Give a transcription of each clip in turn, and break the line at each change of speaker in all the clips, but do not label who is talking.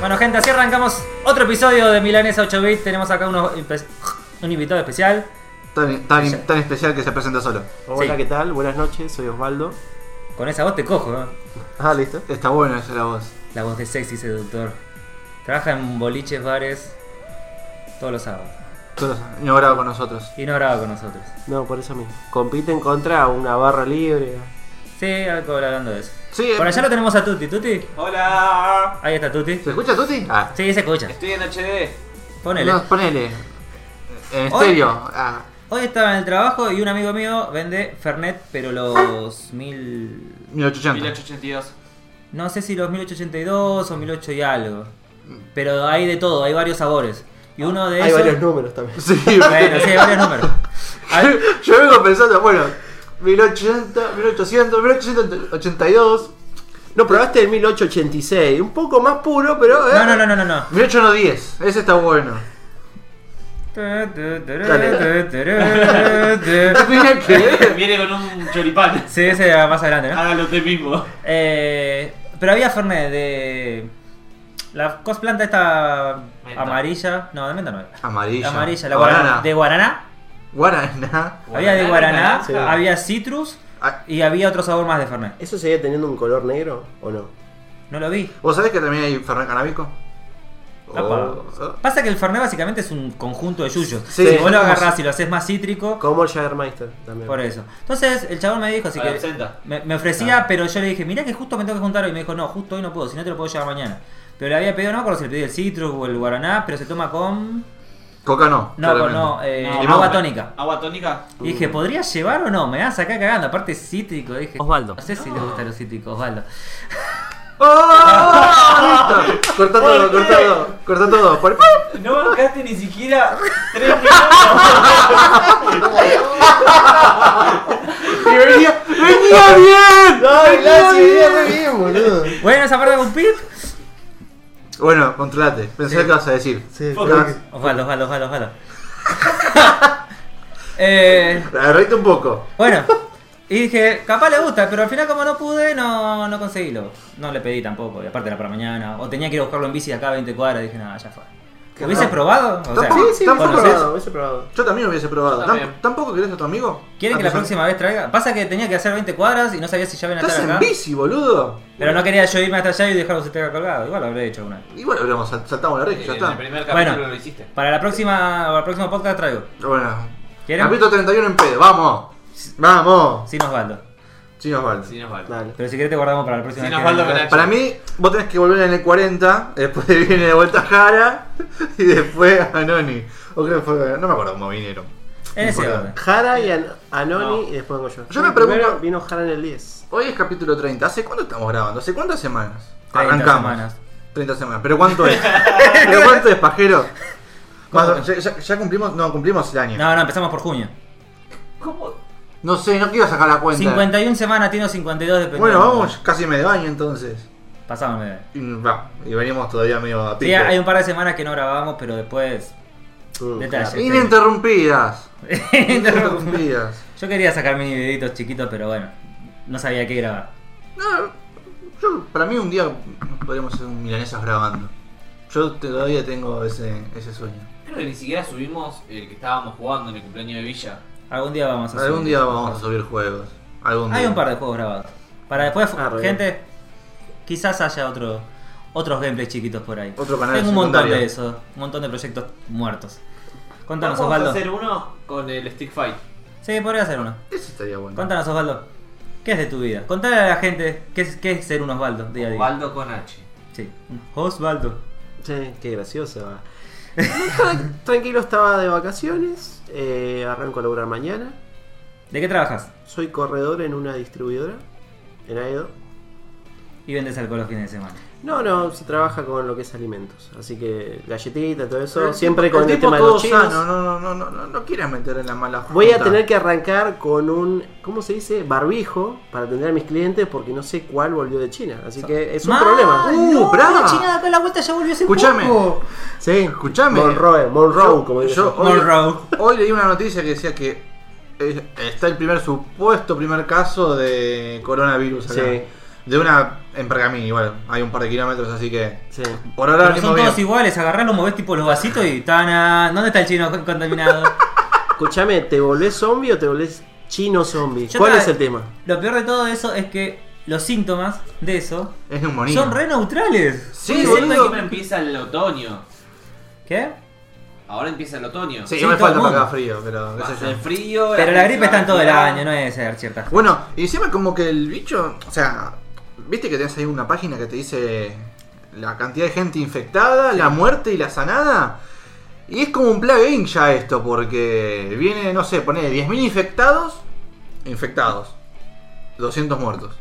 Bueno, gente, así arrancamos otro episodio de Milanesa 8-bit. Tenemos acá unos- un invitado especial.
Tan, tan-
Sí.
tan especial que se presenta solo.
Hola,
Sí.
¿qué tal? Buenas noches, soy Osvaldo.
Con esa voz te cojo, ¿no?
Ah, listo.
Está buena esa la voz.
La voz de sexy seductor. Trabaja en boliches, bares, todos los sábados.
Todos inaugurado con nosotros.
Y no graba con nosotros.
No, por eso mismo. Compiten contra una barra libre.
Sí, algo hablando de eso.
Sí, eh,
Por allá lo tenemos a Tuti. Tuti,
Hola,
ahí está Tuti.
¿Se escucha Tuti? Ah,
Sí, se escucha.
estoy en HD.
Ponele.
no, ponele. En
Hoy-
estéreo. Ah,
Hoy estaba en el trabajo y un amigo mío vende Fernet, pero los mil...
1880.
1882.
No sé si los 1882 o 1800 y algo.
Mm.
Pero hay de todo, hay varios sabores. Y uno de
Hay
esos...
varios números también.
Sí,
Bueno, sí, hay varios números. Hay-
Yo vengo pensando, bueno, 1880, 1800, 1882,
No, probaste el 1886. Un poco más puro, pero. eh,
No, no, no, no, no, no.
1810. Ese está bueno. Mira que-
Viene con un choripán.
Sí, ese era más adelante, ¿no?
Hágalo usted mismo.
Eh, pero había Fernet de. La cosplanta esta
Menta.
amarilla. No, de menta no era.
Amarilla.
La amarilla, la
Guaraná.
guaraná. De guaraná.
Guaraná.
Había de guaraná,
sí.
había citrus
Ah,
y había otro sabor más de Fernet.
¿Eso seguía teniendo un color negro o no?
No lo vi.
¿Vos sabés que también hay Fernet Canábico?
Apa.
Oh.
Pasa que el Fernet básicamente es un conjunto de yuyos.
Sí,
si vos lo
somos-
agarrás y lo haces más cítrico,
Como el Jagermeister también.
Por eso. Entonces el chabón me dijo, así
A la
que
absenta.
me, me ofrecía, pero yo le dije, mirá que justo me tengo que juntar hoy. Y me dijo, no, justo hoy no puedo, si no te lo puedo llevar mañana. Pero le había pedido, no me acuerdo si le pedí el citrus o el guaraná, pero se toma con...
Coca no.
No, con,
claramente.
no, eh,
No,
agua
limón. Uh.
tónica.
¿Agua tónica?
Y dije, ¿podría llevar o no? Me vas acá cagando, aparte es cítrico, dije. Osvaldo. No sé si le gusta lo cítrico, Osvaldo.
¡Oh!
Ah,
Listo. Corta todo, corta todo, corta todo. Por-
No bancaste ni siquiera 3 minutos.
¡Y venía, venía bien! ¡Venía bien!
bien, boludo.
Bueno, esa parte con pip.
Bueno, controlate. Pensé que vas a decir.
Sí,
Poco.
creo que-
Osvaldo, Osvaldo, Osvaldo, Osvaldo. eh,
Agarrate un poco.
Bueno, y dije, capaz le gusta, pero al final como no pude, no, no conseguí lo. No le pedí tampoco, y aparte era para mañana. O tenía que ir a buscarlo en bici acá a 20 cuadras, dije, nada, ya fue.
Qué
¿Hubiese
raro.
probado? O sea,
Tampoco-
Sí, sí,
Tampoco
hubiese
¿conoces?
probado, hubiese probado.
Yo también hubiese probado.
Yo
Tam-
también.
¿Tampoco querés a tu amigo?
¿Quieren que
Ah,
la
pues,
próxima vez traiga? Pasa que tenía que hacer 20 cuadras y no sabía si ya ven a
Estás
estar
en
acá.
bici, boludo.
Pero no quería yo irme hasta allá y dejarlo se tenga colgado. Igual lo habré hecho alguna vez.
Igual hablamos, sal- saltamos la reja, ya
En el
está.
primer
Bueno.
capítulo lo hiciste.
Para la próxima, para el próximo podcast traigo.
Bueno.
¿Quieren?
Capítulo 31 en pedo, vamos. Vamos.
Sin Osvaldo.
Sí, Osvaldo.
Si nos vale.
Dale.
Pero si querés te guardamos para la próxima
Sin
vez que
Osvaldo,
venga.
Nacho.
Para mí, vos tenés que volver en el 40, después viene de vuelta Jara y después a Noni. O creo que fue. No me acuerdo cómo vinieron.
En ese
Importa.
orden.
Jara y An- Anoni
No.
y después vengo yo.
Yo me
Primero
pregunto-
Vino Jara en el 10.
Hoy es capítulo 30. ¿Hace cuánto estamos grabando? ¿Hace cuántas semanas?
30
Arrancamos.
semanas.
30 semanas. ¿Pero cuánto es? ¿Pero cuánto es, pajero?
¿Cómo
Más- ya, ya- ya cumplimos. No, cumplimos el año. No,
No, no, empezamos por junio.
¿Cómo?
sé, no quiero sacar la cuenta.
51 semanas, tiene 52 dependiendo.
Bueno, vamos casi medio año entonces.
Pasamos medio.
Y, va, y venimos todavía medio a
Sí,
pique.
hay un par de semanas que no grabamos, pero después.
Mm,
Detalle.
claro.
Ininterrumpidas.
Yo
Ininterrumpidas.
quería sacar mis videitos chiquitos, pero bueno, no sabía qué grabar.
No, yo, para mí un día podríamos hacer un milanesas grabando. Yo todavía tengo ese, ese sueño.
Creo que ni siquiera subimos el que estábamos jugando en el cumpleaños de Villa.
Algún día vamos a
Algún
subir.
día vamos a subir juegos. Algún
Hay
día.
un par de juegos grabados. Para después,
Ah, re
gente, quizás haya otro, otros gameplays chiquitos por ahí.
Otro canal
Tengo un montón
secundario.
de eso, un montón de proyectos muertos. Contanos,
Vamos
Osvaldo.
a hacer uno con el Stick Fight.
Sí, podría hacer uno.
Ese estaría bueno.
Contanos, Osvaldo. ¿Qué es de tu vida? Contale a la gente qué es, qué es ser un Osvaldo día a día.
Osvaldo con H.
Sí, un Osvaldo.
Sí, qué graciosa. va. Tra- Tranquilo, estaba de vacaciones. eh, arranco a laburar mañana.
¿De qué trabajas?
Soy corredor en una distribuidora, en AEDO.
Y vendes alcohol los fines de semana.
No, no, se trabaja con lo que es alimentos. Así que galletita, todo eso.
El
siempre
tipo-
con el,
tipo
tema de
todo
los chinos.
sano, no, no, no, no, no, no quieras meter en la mala junta.
Voy a tener que arrancar con un, ¿cómo se dice? Barbijo para atender a mis clientes porque no sé cuál volvió de China. Así que es un
Ma,
problema.
Uh,
no,
brava.
La chingada con la vuelta ya volvió hace
Escuchame.
poco.
Sí,
Escuchame.
Monroe, Monroe,
Yo-
como digo
yo
yo.
hoy,
Monroe.
hoy leí una noticia que decía que eh, está el primer supuesto primer caso de coronavirus acá.
Sí.
De una en Pergamino, igual. Hay un par de kilómetros, así que.
Sí.
Por
Pero
ahora venimos
son
bien.
todos iguales, agarrarlo, movés tipo los vasitos y tan ¿Dónde está el chino contaminado?
Escuchame, ¿te volvés zombie o te volvés chino zombie?
Yo
¿Cuál
estaba-
es el tema?
Lo peor de todo eso es que los síntomas de eso
Es neumonía.
son re neutrales.
Sí,
Sí, siempre
boludo.
encima empieza el otoño.
¿Qué?
Ahora empieza el otoño.
Sí,
Sí,
yo me
todo
falta
el
para que
mundo.
haga frío, pero. qué
Va a
sé yo.
ser frío.
Pero la
gente se
gripe
va
está en todo el
enfriar.
año, no es ser cierta.
Bueno, y encima como que el bicho, o sea, viste que tenés ahí una página que te dice la cantidad de gente infectada, la muerte y la sanada. Y es como un plugin ya esto, porque viene, no sé, pone 10.000 infectados, infectados, 200 muertos.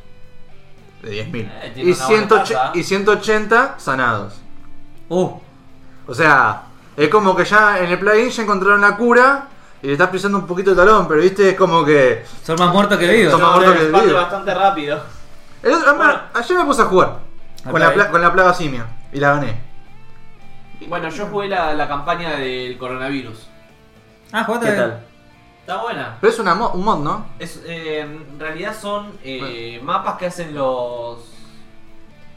De 10.000.
Eh, tiene
y,
una buena
180
tasa.
y 180 sanados.
Uh,
O sea, es como que ya en el plugin ya encontraron la cura y le estás pisando un poquito el talón, pero viste, es como que...
son más muertos que vivos.
Toma.
No,
Más gordo
se
que el
expande
virus.
bastante rápido.
El otro- además, ayer me puse a jugar
Ah,
con la,
está bien.
pla- con la plaga simia y la gané.
Bueno, yo jugué la, la campaña del coronavirus.
Ah,
¿Qué
jugaste.
tal?
Está buena.
Pero es una mo- un mod, ¿no?
Es, eh, en realidad son eh, mapas que hacen los,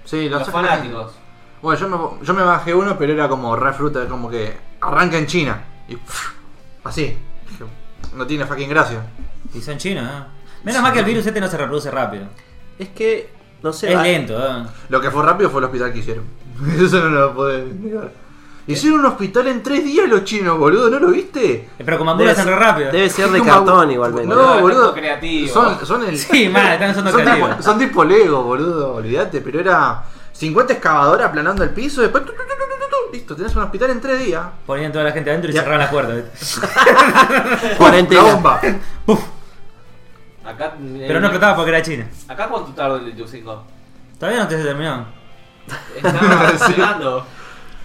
Sí, lo
los
sacan-
fanáticos.
Bueno, yo me, yo me bajé uno, pero era como re fruta, como que arranca en China. Y así. No tiene fucking gracia.
Y son chinos, ¿eh? Menos mal que el virus este no se reproduce rápido.
Es que, no sé,
Es
ah,
lento, ¿eh?
Lo que fue rápido fue el hospital que hicieron. Eso no lo podés
Eh.
negar. Hicieron un hospital en tres días los chinos, boludo, ¿no lo viste?
Pero con bambulas
Debe
son re rápido.
debe ser de
Es como-
cartón igualmente.
No,
Boludo,
boludo.
tanto creativo.
Son, son el.
Sí, mal, están usando
son,
creativo.
tipo, son tipo Lego, boludo, olvídate, pero era 50 excavadoras aplanando el piso, después tu, tu, tu, tu, tu, tu, listo, tenés un hospital en tres días.
Ponían toda la gente adentro y
Ya.
cerraban las puertas. ¿viste?
Cuarentena.
La bomba.
Acá, eh,
Pero no explotaba porque era china.
¿Acá cuánto tardó el Little 5?
Todavía no te se terminó.
Estaba funcionando.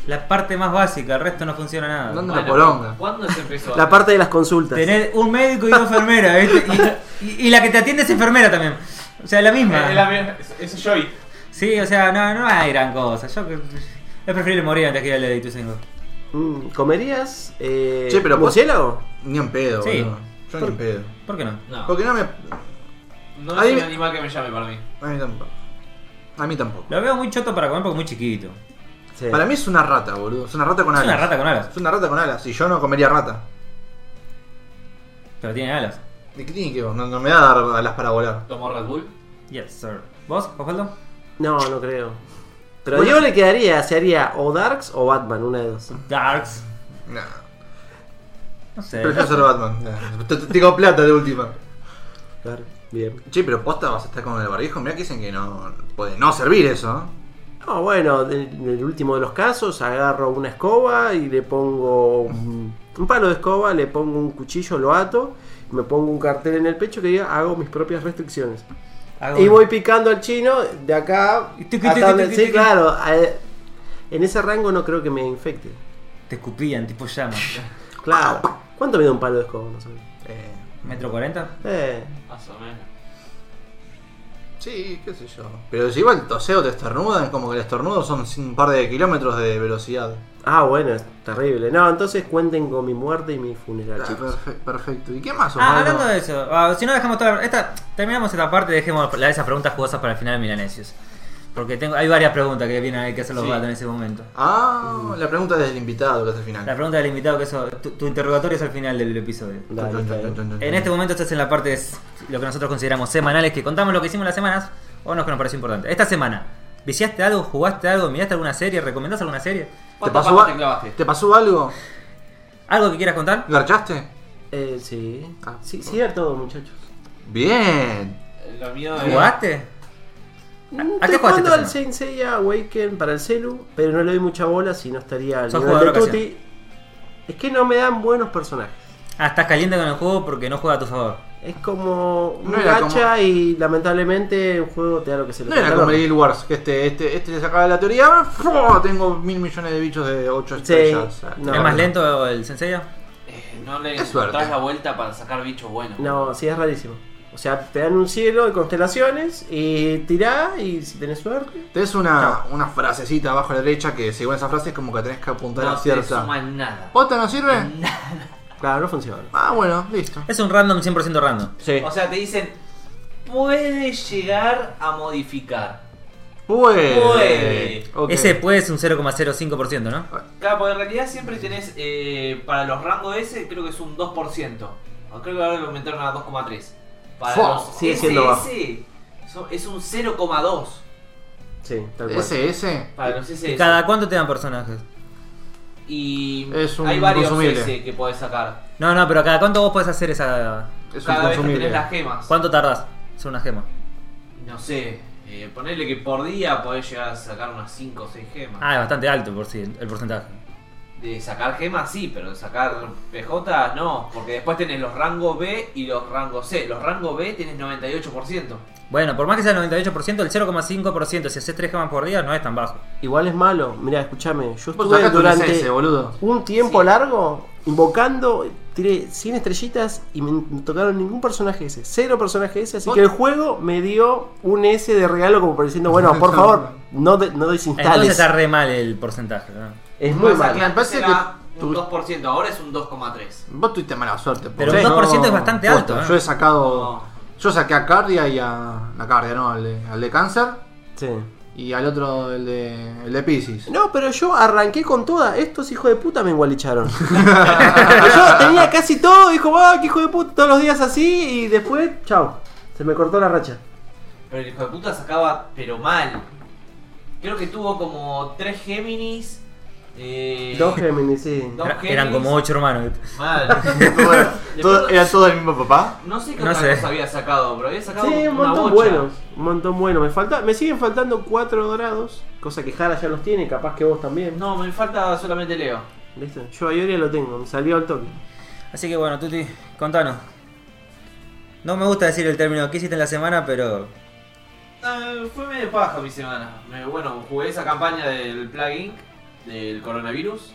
La parte más básica, el resto no funciona nada.
¿Dónde? Una poronga.
¿Cuándo se empezó?
La parte de las consultas.
Tener un médico y una enfermera, ¿viste? Y, y- y la que te atiende es enfermera también. O sea, la misma.
Eh, Es la misma- es- es Joy.
Sí, o sea, no, no hay gran cosa. Yo que- es preferible morir antes que ir al de Ituzaingó.
Mm, ¿Comerías eh,
Che, pero vos-
murciélago?
Ni en pedo,
Sí.
boludo. Yo ni en pedo.
¿Por qué no?
No,
Porque no me.
no
ahí-
es un animal que me llame para mí.
A mí tampoco. A mí tampoco.
Lo veo muy choto para comer porque es muy chiquito.
Sí.
Para mí es una rata, boludo. Es una rata con
Es
alas.
una rata con alas,
Es una rata con alas. Y yo no comería rata.
pero tiene alas.
¿De qué tiene que ver? No, no me da dar alas para volar.
¿Tomó Red Bull?
Yes, sir. ¿Vos, Osvaldo?
No, no creo. Pero
Bueno. Ah.
yo le quedaría, se haría o Darks o Batman, una de dos.
Darks.
Nah.
No
Eh.
sé.
Prefiero ser Batman. Nah. Te- te- Tengo plata de última.
Claro, bien.
Che, pero posta vas a estar con el barbijo. Mirá que dicen que no puede no servir eso. ¿eh?
No, bueno, de- en el último de los casos agarro una escoba y le pongo un, un palo de escoba, le pongo un cuchillo, lo ato, y me pongo un cartel en el pecho que diga hago mis propias restricciones.
Hago-
Y voy picando al chino de acá.
Y tiqui,
hasta
tiqui,
donde-
tiqui,
sí,
tiqui.
claro. a- En ese rango no creo que me infecte.
Te escupían, tipo llama.
Claro.
Ah.
¿Cuánto mide un palo de escoba? No sé.
Eh,
¿Metro cuarenta?
Eh,
Más o menos.
sí, qué sé yo. Pero si igual toseo te estornudan, como que el estornudo son un par de kilómetros de velocidad.
Ah, bueno, es terrible. No, entonces cuenten con mi muerte y mi funeral,
Ah,
chicos.
perfe- perfecto. ¿Y qué más?
Ah,
Osvaldo?
hablando de eso, ah, si no dejamos toda la- esta, terminamos esta parte, dejemos la- esas preguntas jugosas para el final de Milanesios. Porque tengo, hay varias preguntas que vienen, hay que hacer los
Sí.
gatos en ese momento.
Ah, la pregunta es del invitado que hace
La
final.
pregunta del invitado, que eso, tu, tu interrogatorio es al final del episodio.
Dale, está bien.
En este momento estás en la parte, es lo que nosotros consideramos semanales, que contamos lo que hicimos las semanas, o no que nos pareció importante. Esta semana, ¿viciaste algo? ¿Jugaste algo? ¿Miraste alguna serie? ¿Recomendás alguna serie?
¿Te
¿Cuántas
pasó,
papas te
a-
clavaste?
¿Te pasó algo?
¿Algo que quieras contar?
¿Garchaste?
Eh, sí.
Ah.
Sí, cierto, muchachos.
Bien.
Lo mío es...
¿Jugaste? Ah, a qué
Estoy
jugaste esta
jugando Mm, al Saint Seiya Awaken para el celu, pero no le doy mucha bola si no estaría al
Sos
nivel de
jugador de
Tutti. Es que no me dan buenos personajes.
Ah, estás caliente con el juego porque no juega a tu favor.
Es como un
No era
gacha y lamentablemente un juego te da lo que se le
No
canta
era
al
como el
orto.
Guild Wars, que este, este, este le sacaba la teoría. ahora, ¡fua! Tengo mil millones de bichos de 8
Sí,
estrellas.
no.
¿Es más lento el sensei?
Eh, no le
Es suerte.
encontrás la vuelta para sacar bichos buenos.
No, sí, es rarísimo. O sea, te dan un cielo de constelaciones y tirá y si tenés suerte.
Tenés una, una frasecita abajo a la derecha que según esa frase es como que tenés que apuntar
no Mm.
a
te
cierta.
suma nada.
¿Posta no sirve?
Claro, no funciona.
Ah, bueno, listo.
Es un random 100% random.
Sí.
O sea, te dicen, puede llegar a modificar.
Puede.
Puede.
Pues, Ok.
Ese puede es un 0,05%, ¿no?
Claro, porque en realidad siempre tenés, eh, para los rangos S, creo que es un 2%. Creo que ahora lo aumentaron a 2,3. Para
Fua,
los
sigue siendo bajo.
SS son- es un 0,2.
Sí, tal cual.
SS.
Para los SS.
¿Cada cuánto te dan personajes?
Y
Es un
hay varios
consumible.
S que podés sacar.
No, no, pero ¿cada cuánto vos podés hacer esa...?
Es un
Cada vez que
consumible.
tenés las gemas.
¿Cuánto tardás? Hacer una gema.
No sé, eh, ponele que por día podés llegar a sacar unas 5 o 6 gemas.
Ah, es bastante alto por sí, el porcentaje.
De sacar gemas sí, pero de sacar PJ no, porque después tenés los rangos B y los rangos C. Los rangos B tenés 98%.
Bueno, por más que sea el 98%, el 0,5%, si haces 3 gemas por día, no es tan bajo.
Igual es malo. Mira, escúchame. Yo
Vos
estuve
sacaste un
durante
SS, boludo.
un tiempo
Sí.
largo invocando. Tiré 100 estrellitas y me tocaron ningún personaje ese. Cero personaje ese. Así
¿Vos-
que el juego me dio un S de regalo como por diciendo, bueno, por favor, no, de- no
Entonces
desinstales.
está re mal el porcentaje, ¿no?
Es muy
Pasa
malo.
que
Me
antes
parece
era
que
un
tu-
2%, ahora es un 2,3%.
Vos tuviste mala suerte.
Pero
porque
el 2% es bastante alto,
posta,
¿eh?
Yo he sacado.
No.
Yo saqué a Cardia y a. A Cardia, no, al de, al de Cáncer.
Sí.
Y al otro, el de, el de Pisces.
No, pero yo arranqué con toda. Estos hijos de puta me igualicharon. yo tenía casi todo. Dijo, ah, qué hijo de puta. Todos los días así. Y después, chao. Se me cortó la racha.
Pero el hijo de puta sacaba, pero mal. Creo que tuvo como 3 Géminis. Eh,
Dos Géminis, sí.
Dos
Era-
Géminis.
eran como 8 hermanos.
Mal.
Todo- ¿Era todo el mismo papá?
No sé qué
No
otra
sé.
cosa había sacado, pero había sacado
Sí, un
una
montón
bocha.
bueno. Un montón bueno. Me, falta, me siguen faltando cuatro dorados. Cosa que Jara ya los tiene. Capaz que vos también.
No, me falta solamente Leo.
¿Listo? Yo a Ioria lo tengo. Me salió al toque.
Así que bueno, Tuti, contanos. No me gusta decir el término que hiciste en la semana, pero.
Ah, fue medio paja mi semana. Me- bueno, jugué esa campaña del plugin del coronavirus.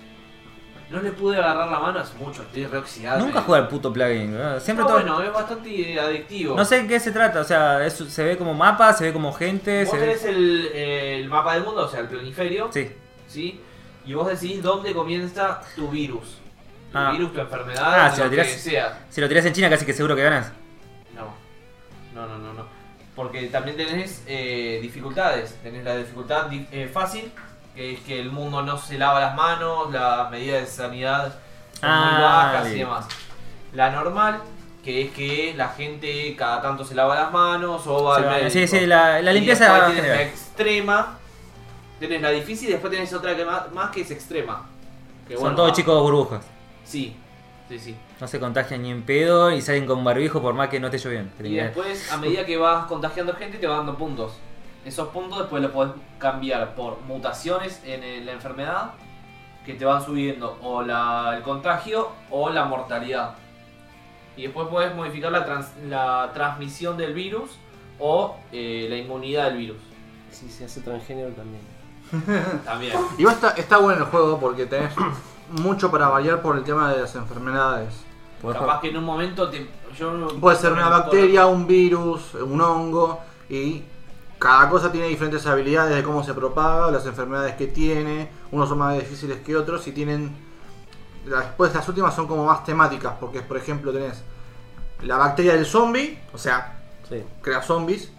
No le pude agarrar la mano hace mucho, estoy reoxidado.
Nunca jugué al puto plugin, ¿no? Siempre todo-
Pero Ah, bueno, es bastante adictivo.
No sé en qué se trata, o sea, es- se ve como mapa, se ve como gente,
Vos
se ve.
tenés el, el mapa del mundo, o sea, el planiferio,
Sí.
¿sí? Y vos decidís dónde comienza tu virus. Tu
Ah.
virus, tu enfermedad,
Ah, si
lo
lo
que
tirás-
sea.
Si lo tirás en China, casi que seguro que ganas.
No. No, no, no, no. Porque también tenés eh, dificultades. Tenés la dificultad di- eh, fácil, que es que el mundo no se lava las manos, las medidas de sanidad son muy
Ah,
bajas
bien.
y demás. La normal, que es que la gente cada tanto se lava las manos o va
Se
al
va-
médico.
sí, sí, la, la
Y
limpieza.
después Tenés la
general.
extrema, tenés la difícil y después tenés otra que más, más que es extrema. Que
Son
bueno, ah.
todos
va-
chicos burbujas.
Sí, sí, sí.
No se contagian ni en pedo y salen con barbijo por más que no esté lloviendo.
Y después, a medida que vas contagiando gente, te va dando puntos. Esos puntos después los podés cambiar por mutaciones en eh, la enfermedad que te van subiendo o la, el contagio o la mortalidad. Y después podés modificar la, trans- la transmisión del virus o eh, la inmunidad del virus.
Si se hace transgénero también.
También.
Igual está, está bueno el juego porque tenés mucho para variar por el tema de las enfermedades.
Podés
Capaz
jugar-
que en un momento te, yo no-
Puede ser una
no-
bacteria, un virus, un hongo y cada cosa tiene diferentes habilidades de cómo se propaga, las enfermedades que tiene, unos son más difíciles que otros y tienen... Después las últimas son como más temáticas porque por ejemplo tenés la bacteria del zombie, o sea,
Sí.
crea zombies,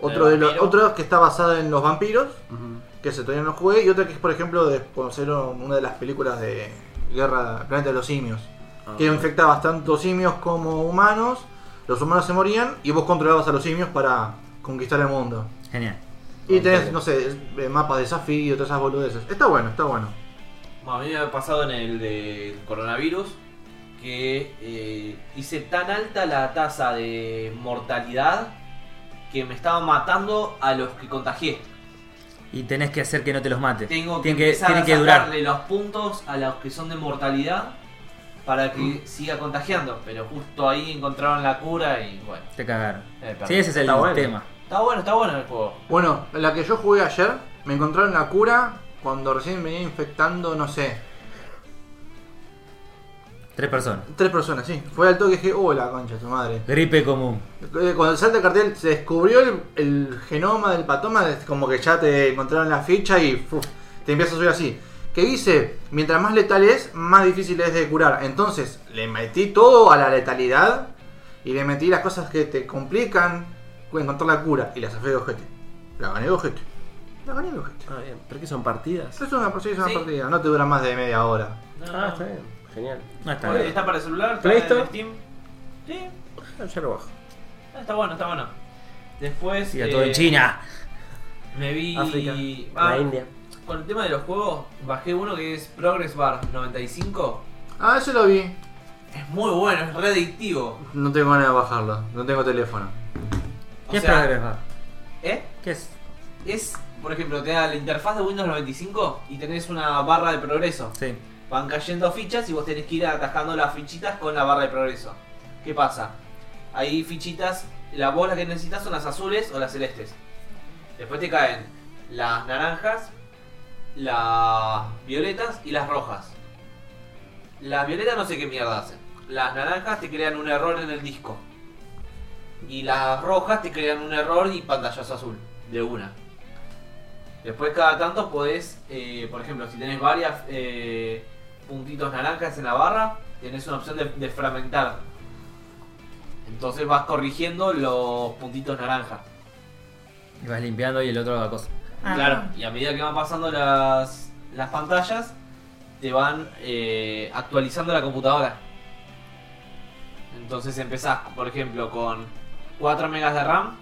otro, de
Del
los,
vampiro.
otro que está basada en los vampiros,
Ujú.
que se todavía no jugué, y otra que es, por ejemplo, de conocer una de las películas de Guerra Planeta de los Simios, que infectabas tanto simios como humanos, los humanos se morían y vos controlabas a los simios para conquistar el mundo.
Genial.
Y
Ok.
tenés, no sé, eh, mapas de desafío, todas esas boludeces. Está bueno, está bueno.
A mí me ha pasado en el de coronavirus que eh, hice tan alta la tasa de mortalidad que me estaba matando a los que contagié.
Y tenés que hacer que no te los mate.
Tengo que
tienen que,
empezar
tienen
a
que durar.
sacarle los puntos a los que son de mortalidad para que
Mm.
siga contagiando. Pero justo ahí encontraron la cura y bueno.
Te cagaron.
eh, perdí.
Sí, ese es el
Está bueno.
tema.
Está bueno, está bueno el juego.
Bueno, la que yo jugué ayer, me encontraron la cura cuando recién venía infectando, no sé,
Tres personas.
tres personas, sí. Fue al toque y dije, oh, la concha de tu madre.
Gripe común.
Eh, Cuando salta el cartel se descubrió el, el genoma del patoma, es como que ya te encontraron la ficha y fu, te empieza a subir así. Que dice, mientras más letal es, más difícil es de curar. Entonces, le metí todo a la letalidad y le metí las cosas que te complican, voy a encontrar la cura y la zafé de ojete. La gané de ojete. La gané de ojete.
Ah, bien. ¿Pero qué son partidas?
Eso es una, sí, es una
Sí.
partida, no te dura más de media hora.
No,
Ah,
no.
está bien. Genial.
No está
Oye,
bien.
Está para el celular, está
Play
en
Store.
Steam. Sí,
Ah, Ya lo bajo.
ah, está bueno, está bueno. Después.
Sí, a
eh,
todo en China.
Me vi.
África.
Ah,
La India.
Con el tema de los juegos, bajé uno que es Progress Bar 95.
Ah, eso lo vi.
Es muy bueno, es re adictivo.
No tengo ganas de bajarlo, no tengo teléfono.
O
¿Qué es
sea,
Progress Bar?
¿Eh?
¿Qué es?
Es, por ejemplo, te da la interfaz de Windows 95 y tenés una barra de progreso.
Sí.
Van cayendo fichas y vos tenés que ir atajando las fichitas con la barra de progreso. ¿Qué pasa? Hay fichitas, las bolas que necesitas son las azules o las celestes. Después te caen las naranjas, las violetas y las rojas. Las violetas no sé qué mierda hacen. Las naranjas te crean un error en el disco. Y las rojas te crean un error y pantallazo azul, de una. Después cada tanto podés, eh, por ejemplo, si tenés varias eh, puntitos naranjas en la barra, tenés una opción de, de fragmentar. Entonces vas corrigiendo los puntitos naranjas.
Y vas limpiando y el otro haga cosa.
Claro, y a medida que van pasando las, las pantallas, te van eh, actualizando la computadora. Entonces empezás, por ejemplo, con 4 megas de RAM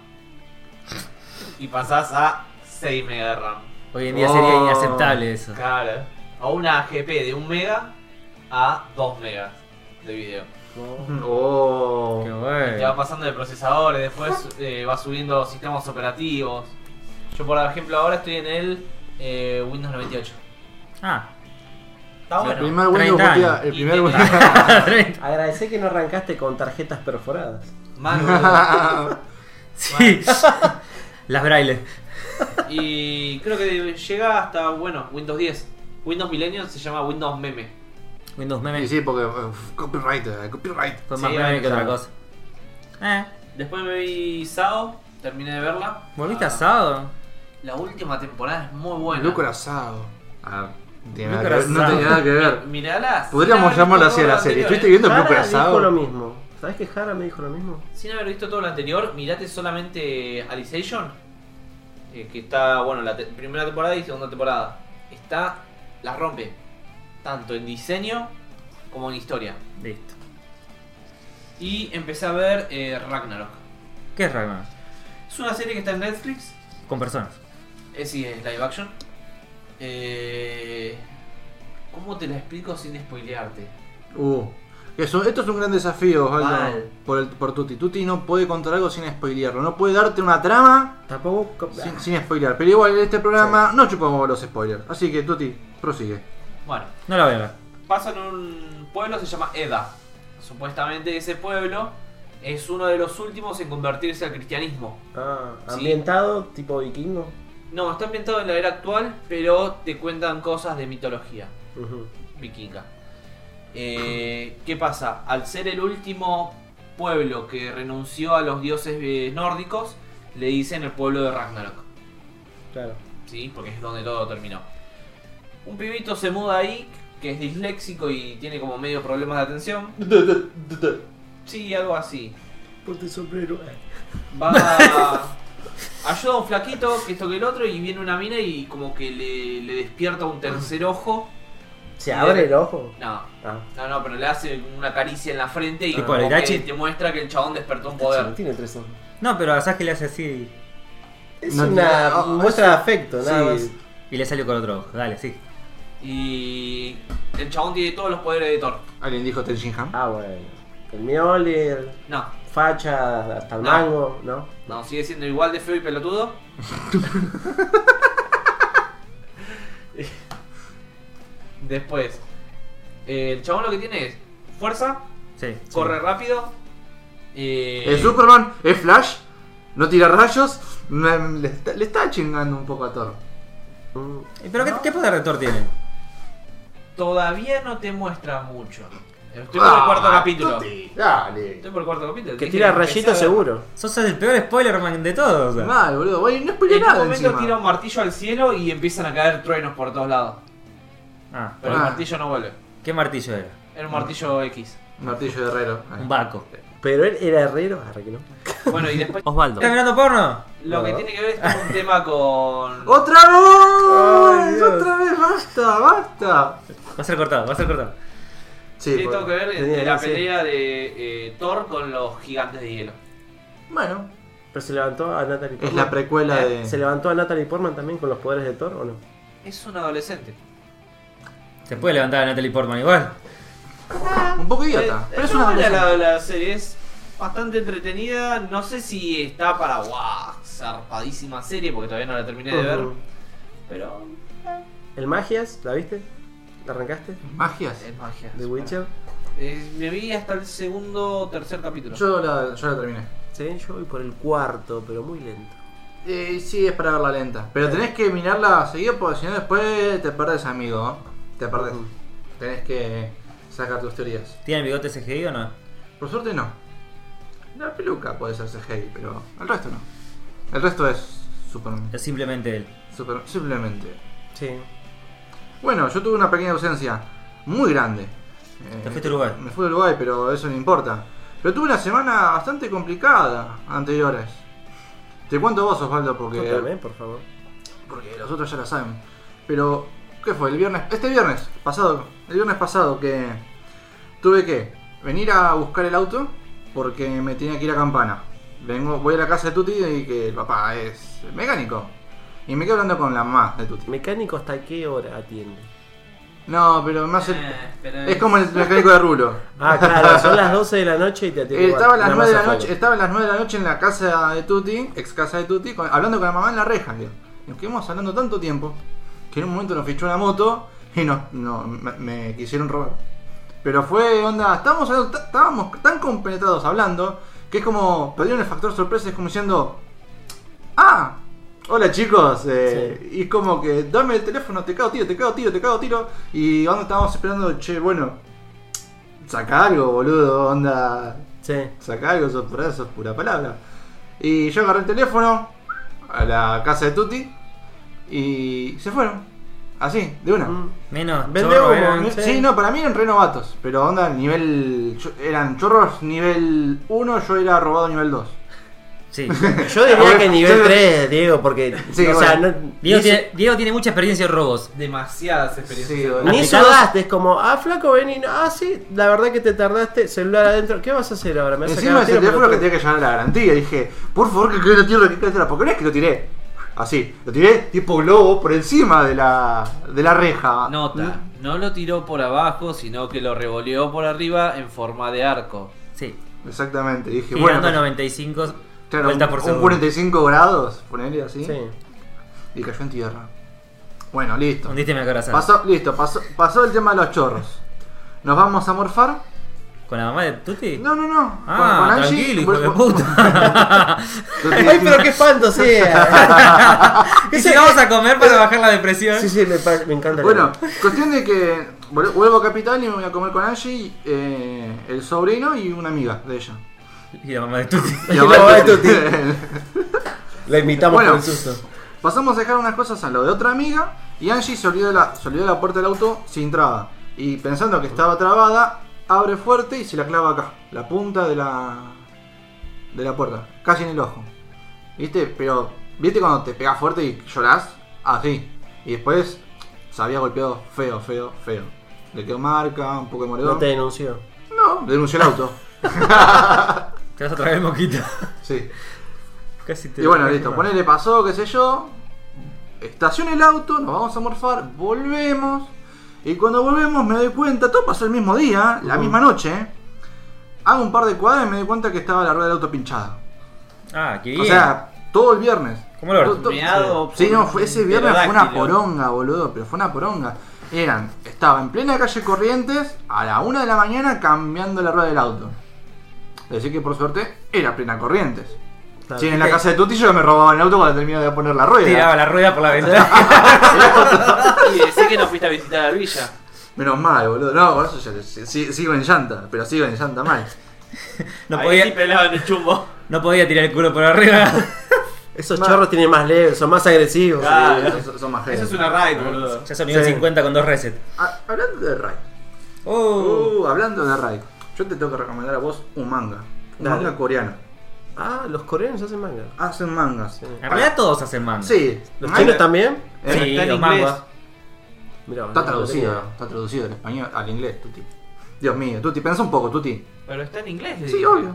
y pasás a 6 megas de RAM.
Hoy en día sería
Oh.
inaceptable eso.
Claro. A una GP de 1 mega a 2 megas de video.
Oh.
Qué
Te va
bueno.
pasando de procesadores, después eh, va subiendo sistemas operativos. Yo, por ejemplo, ahora estoy en el eh, Windows 98.
Ah,
Está
el
bueno.
primer Windows
30
Multi-
años.
el
Y
primer
te-
Windows.
Ah,
Agradecé que no arrancaste con tarjetas perforadas.
Mal, boludo.
sí. Las brailes.
Y creo que llega hasta, bueno, Windows 10. Windows Millennium se llama Windows Meme.
Windows Meme.
y sí, porque uf, copyright, eh, copyright.
Fue más
Sí,
meme que
claro.
otra cosa. Eh.
Después me vi Sao, terminé de verla.
¿Volviste
Ah,
asado?
La última temporada es muy buena.
Lúcaro asado. Ah, no tiene nada que
Lúcaro
ver- no tiene nada que ver.
Mirala.
Podríamos llamarlo así a la serie. ¿Estuviste viendo el
Jara
Lúcaro
dijo lo
asado?
mismo. ¿Sabes que Jara me dijo lo mismo?
Sin haber visto todo lo anterior, mirate solamente Alicization. eh, que está, bueno, la te- primera temporada y segunda temporada. Está, la rompe. Tanto en diseño como en historia.
Listo.
Y empecé a ver eh, Ragnarok.
¿Qué es Ragnar?
Es una serie que está en Netflix.
Con personas.
Es sí, es live action. Eh, ¿Cómo te la explico sin spoilearte?
Uh. Eso, esto es un gran desafío, Osvaldo,
Mal.
por, el, por Tuti. Tuti no puede contar algo sin spoilearlo. No puede darte una trama
Tampoco. Ah,
sin, sin spoilear. Pero igual en este programa no chupamos los spoilers. Así que Tuti, prosigue.
Bueno,
No la voy a ver.
pasa en un pueblo, se llama Eda. Supuestamente ese pueblo es uno de los últimos en convertirse al cristianismo.
Ah,
Sí.
ambientado tipo vikingo.
No, está ambientado en la era actual, pero te cuentan cosas de mitología vikinga. Eh, ¿Qué pasa? Al ser el último pueblo que renunció a los dioses eh, nórdicos, le dicen el pueblo de Ragnarok.
Claro.
¿sí? Porque es donde todo terminó. Un pibito se muda ahí, que es disléxico y tiene como medio problemas de atención. Sí, algo así.
Ponte sombrero.
Va. Ayuda a un flaquito, que esto que el otro, y viene una mina y como que le, le despierta un tercer ojo.
¿Se abre el ojo?
No,
Ah.
no, no, pero le hace una caricia en la frente y
Tipo
como que
Itachi.
te muestra que el chabón despertó un
No
poder.
tiene tres ojos.
No, pero a Sasuke le hace así
Es
No tiene-
una
ah,
muestra de afecto, nada
sí.
y le salió con otro ojo. Dale, sí.
Y el chabón tiene todos los poderes de Thor.
Alguien dijo Tenshinhan.
más. Ah, bueno. El miole,
No,
facha, hasta el
No.
mango, ¿no?
No, sigue siendo igual de feo y pelotudo. Después, eh, el chabón lo que tiene es fuerza,
Sí.
corre rápido. eh,
Es Superman, es Flash, no tira rayos. Me- Le está, le está chingando un poco a Thor.
Mm.
¿Y ¿Pero qué, qué poder de Thor tiene?
todavía no te muestra mucho. Estoy por el cuarto
Ah,
capítulo.
Tuti, Dale.
Estoy por el cuarto capítulo.
Que
Dije,
tira
empecé a
rayitos
ver.
seguro.
Sos el peor spoilerman de todos. o sea.
Mal, boludo. Güey, no spoilé
En un
nada
momento
encima.
tira un martillo al cielo y empiezan a caer truenos por todos lados.
Ah,
Pero el
Ah.
martillo no vuelve.
¿qué martillo era?
Era un martillo X.
Martillo de herrero. Ahí.
Un vaco.
Pero él era herrero, ahora que no.
Bueno, y después
Osvaldo.
¿Estás mirando porno?
lo que tiene que ver es un tema con.
¡Otra
Ay,
vez!
Dios.
¡Otra vez! ¡Basta! ¡Basta!
Va a ser cortado, va a ser cortado.
Sí,
Tiene
por-
todo que ver
tenía
de la
que-
pelea de eh, Thor con los gigantes de hielo.
Bueno,
Pero se levantó a Natalie
es la precuela
Eh,
de.
¿Se levantó a Natalie Portman también con los poderes de Thor o no?
Es un adolescente.
Se puede levantar a Natalie Portman igual.
Un poco idiota.
Eh,
Pero es
no,
una
mira,
adolescente.
la, la serie es bastante entretenida. No sé si está para guau, zarpadísima serie porque todavía no la terminé de ver.
Ujú.
Pero
Mm. ¿El Magias? ¿La viste? ¿La arrancaste?
Magias.
es magia.
¿The Witcher?
Eh, me vi hasta el segundo o tercer capítulo.
Yo la, yo la terminé.
Sí, yo voy por el cuarto, pero muy lento.
Eh, sí, es para verla lenta. Pero tenés que mirarla seguido porque si no después te perdes, amigo. ¿no? Te perdes.
Ujú.
Tenés que sacar tus teorías.
¿Tiene el bigote CGI o no?
Por suerte no. La peluca puede ser CGI, pero el resto no. El resto es super,
Es simplemente él.
super simplemente.
Sí.
Bueno, yo tuve una pequeña ausencia muy grande. Eh,
Te fuiste a Uruguay.
Me fui a Uruguay, pero eso no importa. Pero tuve una semana bastante complicada anteriores. Te cuento vos, Osvaldo, porque
Contame, por favor.
porque los otros ya la saben. Pero, ¿qué fue? El viernes, este viernes pasado, el viernes pasado que tuve que venir a buscar el auto porque me tenía que ir a Campana. Vengo, voy a la casa de Tuti y que el papá es mecánico. Y me quedo hablando con la mamá de Tuti.
¿Mecánico hasta qué hora atiende?
No, pero me hace...
Eh, pero
Es como el mecánico de Rulo.
Ah, claro, son las 12 de la noche y te atiende.
Eh, Estaba a, las
Una
9 de la
masa
noche,
falla.
estaba a las 9 de la noche en la casa de Tuti, ex casa de Tuti, con- hablando con la mamá en la reja. digo. Nos quedamos hablando tanto tiempo que en un momento nos fichó una moto y no, no me, me quisieron robar. Pero fue onda, estábamos, hablando ta- estábamos tan compenetrados hablando que es como perdieron el factor sorpresa, es como diciendo: ¡Ah! Hola chicos, eh, y es como que dame el teléfono, te cago tiro, te cago tiro, te cago tiro. Y onda, estábamos esperando, che, bueno, saca algo, boludo, onda,
Sí.
Saca algo, sos pura, sos pura palabra. Y yo agarré el teléfono a la casa de Tuti y se fueron. Así, de una.
Mm.
Menos.
Vende
chorro, ¿eh?
humo,
eran-
¿no?
Sí, no, para mí eran re novatos, pero onda, nivel. yo- Eran chorros nivel 1, yo era robado nivel 2.
Sí.
Yo diría que nivel
Ah, Sí.
3, Diego, porque.
Sí,
o
bueno.
sea, no,
Diego,
ni,
tiene, Diego tiene mucha experiencia en robos.
demasiadas experiencias.
Sí, boludo.
ni
Aplicadas.
sudaste, es como, ah, flaco, vení. Ah, sí, la verdad que te tardaste. Celular adentro. ¿Qué vas a hacer ahora? ¿Me vas a
Encima
cagar
ese
a tiro,
teléfono que
pelotudo?
tenía que llevar a la garantía. Dije, por favor que quede la tierra, que quede la tierra. Porque no es que lo tiré. Así, lo tiré tipo globo por encima de la, de la reja.
Nota,
Mm.
no lo tiró por abajo, sino que lo revoleó por arriba en forma de arco.
Sí.
Exactamente, dije,
Girando
bueno.
a 95
Claro, un,
vueltas por
un
segundo.
45 grados, ponele así,
Sí.
y cayó en tierra. Bueno, listo.
Hundiste mi corazón.
Pasó, listo, pasó, pasó el tema de los chorros. ¿Nos vamos a morfar?
¿Con la mamá de Tuti?
No, no, no.
Ah, tranquilo, hijo de puta.
Ay, pero qué espanto sea.
¿Y si vamos a comer para bajar la depresión?
sí, sí, me, pa- me encanta.
Bueno, cuestión de que vuel- vuelvo a Capital y me voy a comer con Angie, eh, el sobrino y una amiga de ella.
Y la mamá de Tuti.
Y la mamá de Tuti. la invitamos
Bueno.
por el susto.
Pasamos a dejar unas cosas a lo de otra amiga y Angie se olvidó de la, se olvidó de la puerta del auto sin traba. Y pensando que estaba trabada, abre fuerte y se la clava acá, la punta de la de la puerta, casi en el ojo. ¿Viste? Pero, ¿viste cuando te pegas fuerte y llorás? Así. Y después se había golpeado feo, feo, feo. Le quedó marca, un poco de
No
moredón.
te denunció.
No, denunció el auto.
Te vas a traer el moquito.
Sí.
Casi te
Y bueno, listo, ponele pasó, qué sé yo. Estaciona el auto, nos vamos a morfar, volvemos. Y cuando volvemos me doy cuenta, todo pasó el mismo día, la
Ujú.
misma noche. Hago un par de cuadras y me doy cuenta que estaba la rueda del auto pinchada.
Ah, qué bien.
O sea, todo el viernes.
¿Cómo lo ves?
To-
Meado
Sí, no, fue-
por
ese viernes fue una
pterodáctilo.
poronga, boludo, pero fue una poronga. Eran, estaba en plena calle Corrientes a la una de la mañana cambiando la rueda del auto. Decir que por suerte era plena Corrientes.
Claro.
Sí, en la casa de Tuti yo me robaba el auto cuando terminaba de poner la rueda.
Tiraba la rueda por la ventana.
Y decir que no fuiste a visitar a la villa.
Menos mal, boludo. No, por eso ya si- si- sigo en llanta, pero sigo en llanta mal.
No
Ahí sí
podía,
pelaban el chumbo.
no podía tirar el culo por arriba.
Esos chorros tienen más leves, son más agresivos.
Ah,
Sí, esos son más
Eso es
gente.
una raid, boludo.
Ya son nivel
Sí.
50 con dos Oh. resets.
Ah, Hablando de Uh, Raid.
Oh.
Uh, hablando de Raid, yo te tengo que recomendar a vos un manga. Un
Dale.
manga coreano.
Ah, los coreanos hacen manga.
Hacen mangas.
Sí. Ah.
Sí.
En realidad todos hacen manga.
¿Los
manga-
chinos también?
¿Eh?
Sí,
está en
los
inglés.
mangas.
Mirá,
Está
no, no
traducido,
tenía-
está traducido del español al inglés, Tuti. Dios mío, Tuti, piensa un poco, Tuti.
Pero está en inglés. le
Sí,
digo.
obvio.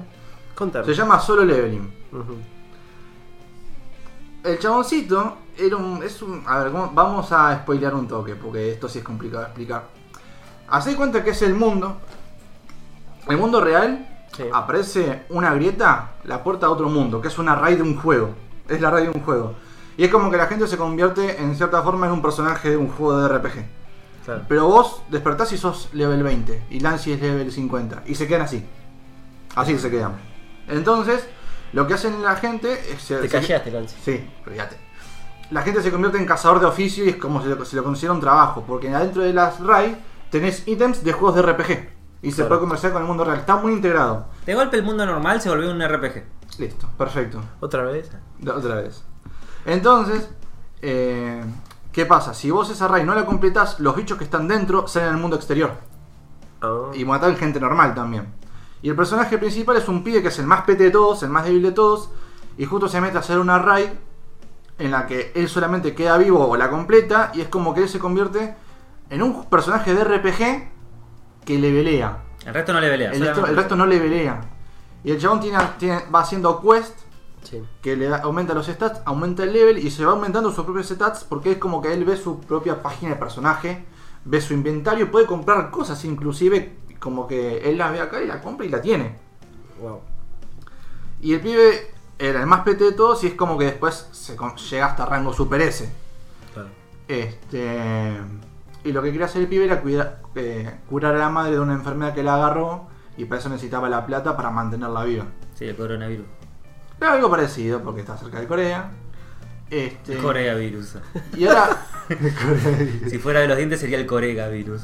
Contame.
Se llama Solo Leveling.
Ujú.
El chaboncito era un, es un... A ver, ¿cómo- vamos a spoilear un toque, porque esto sí es complicado de explicar. Haced cuenta que es el mundo. El mundo real
Sí.
aparece una grieta, la puerta a otro mundo, que es una raid de un juego. Es la raid de un juego. Y es como que la gente se convierte en cierta forma en un personaje de un juego de RPG.
Claro.
Pero vos despertás y sos level 20 y Lancy es level 50 y se quedan así. Así se quedan. Entonces, lo que hacen la gente es... se-
Te
se-
callaste, Lance.
Sí, fíjate. La gente se convierte en cazador de oficio y es como si lo, si lo considera un trabajo, porque adentro de las RAI tenés ítems de juegos de RPG y se
Claro.
puede comerciar con el mundo real. Está muy integrado.
De golpe el mundo normal se volvió un RPG.
Listo, perfecto.
¿Otra vez?
La otra vez. Entonces, eh, ¿qué pasa? Si vos esa RAI no la completás, los bichos que están dentro salen al mundo exterior.
Ah.
y matan gente normal también. Y el personaje principal es un pibe que es el más pete de todos, el más débil de todos, y justo se mete a hacer una raid en la que él solamente queda vivo o la completa, y es como que él se convierte en un personaje de RPG que le velea.
El resto no le pelea.
El resto, el resto no le velea. Y el chabón tiene, tiene- va haciendo quest
Sí.
que le da- aumenta los stats, aumenta el level y se va aumentando sus propios stats porque es como que él ve su propia página de personaje, ve su inventario, puede comprar cosas inclusive como que él las ve acá y la compra y la tiene.
Wow.
Y el pibe era el más pete de todos y es como que después se con- llega hasta rango super S.
Claro.
Este. Y lo que quería hacer el pibe era cuida- eh, curar a la madre de una enfermedad que la agarró y para eso necesitaba la plata para mantenerla viva.
Sí, el coronavirus.
Era algo parecido porque está cerca de Corea. Este.
Corea virus.
Y ahora.
Si fuera de los dientes sería el Corega virus.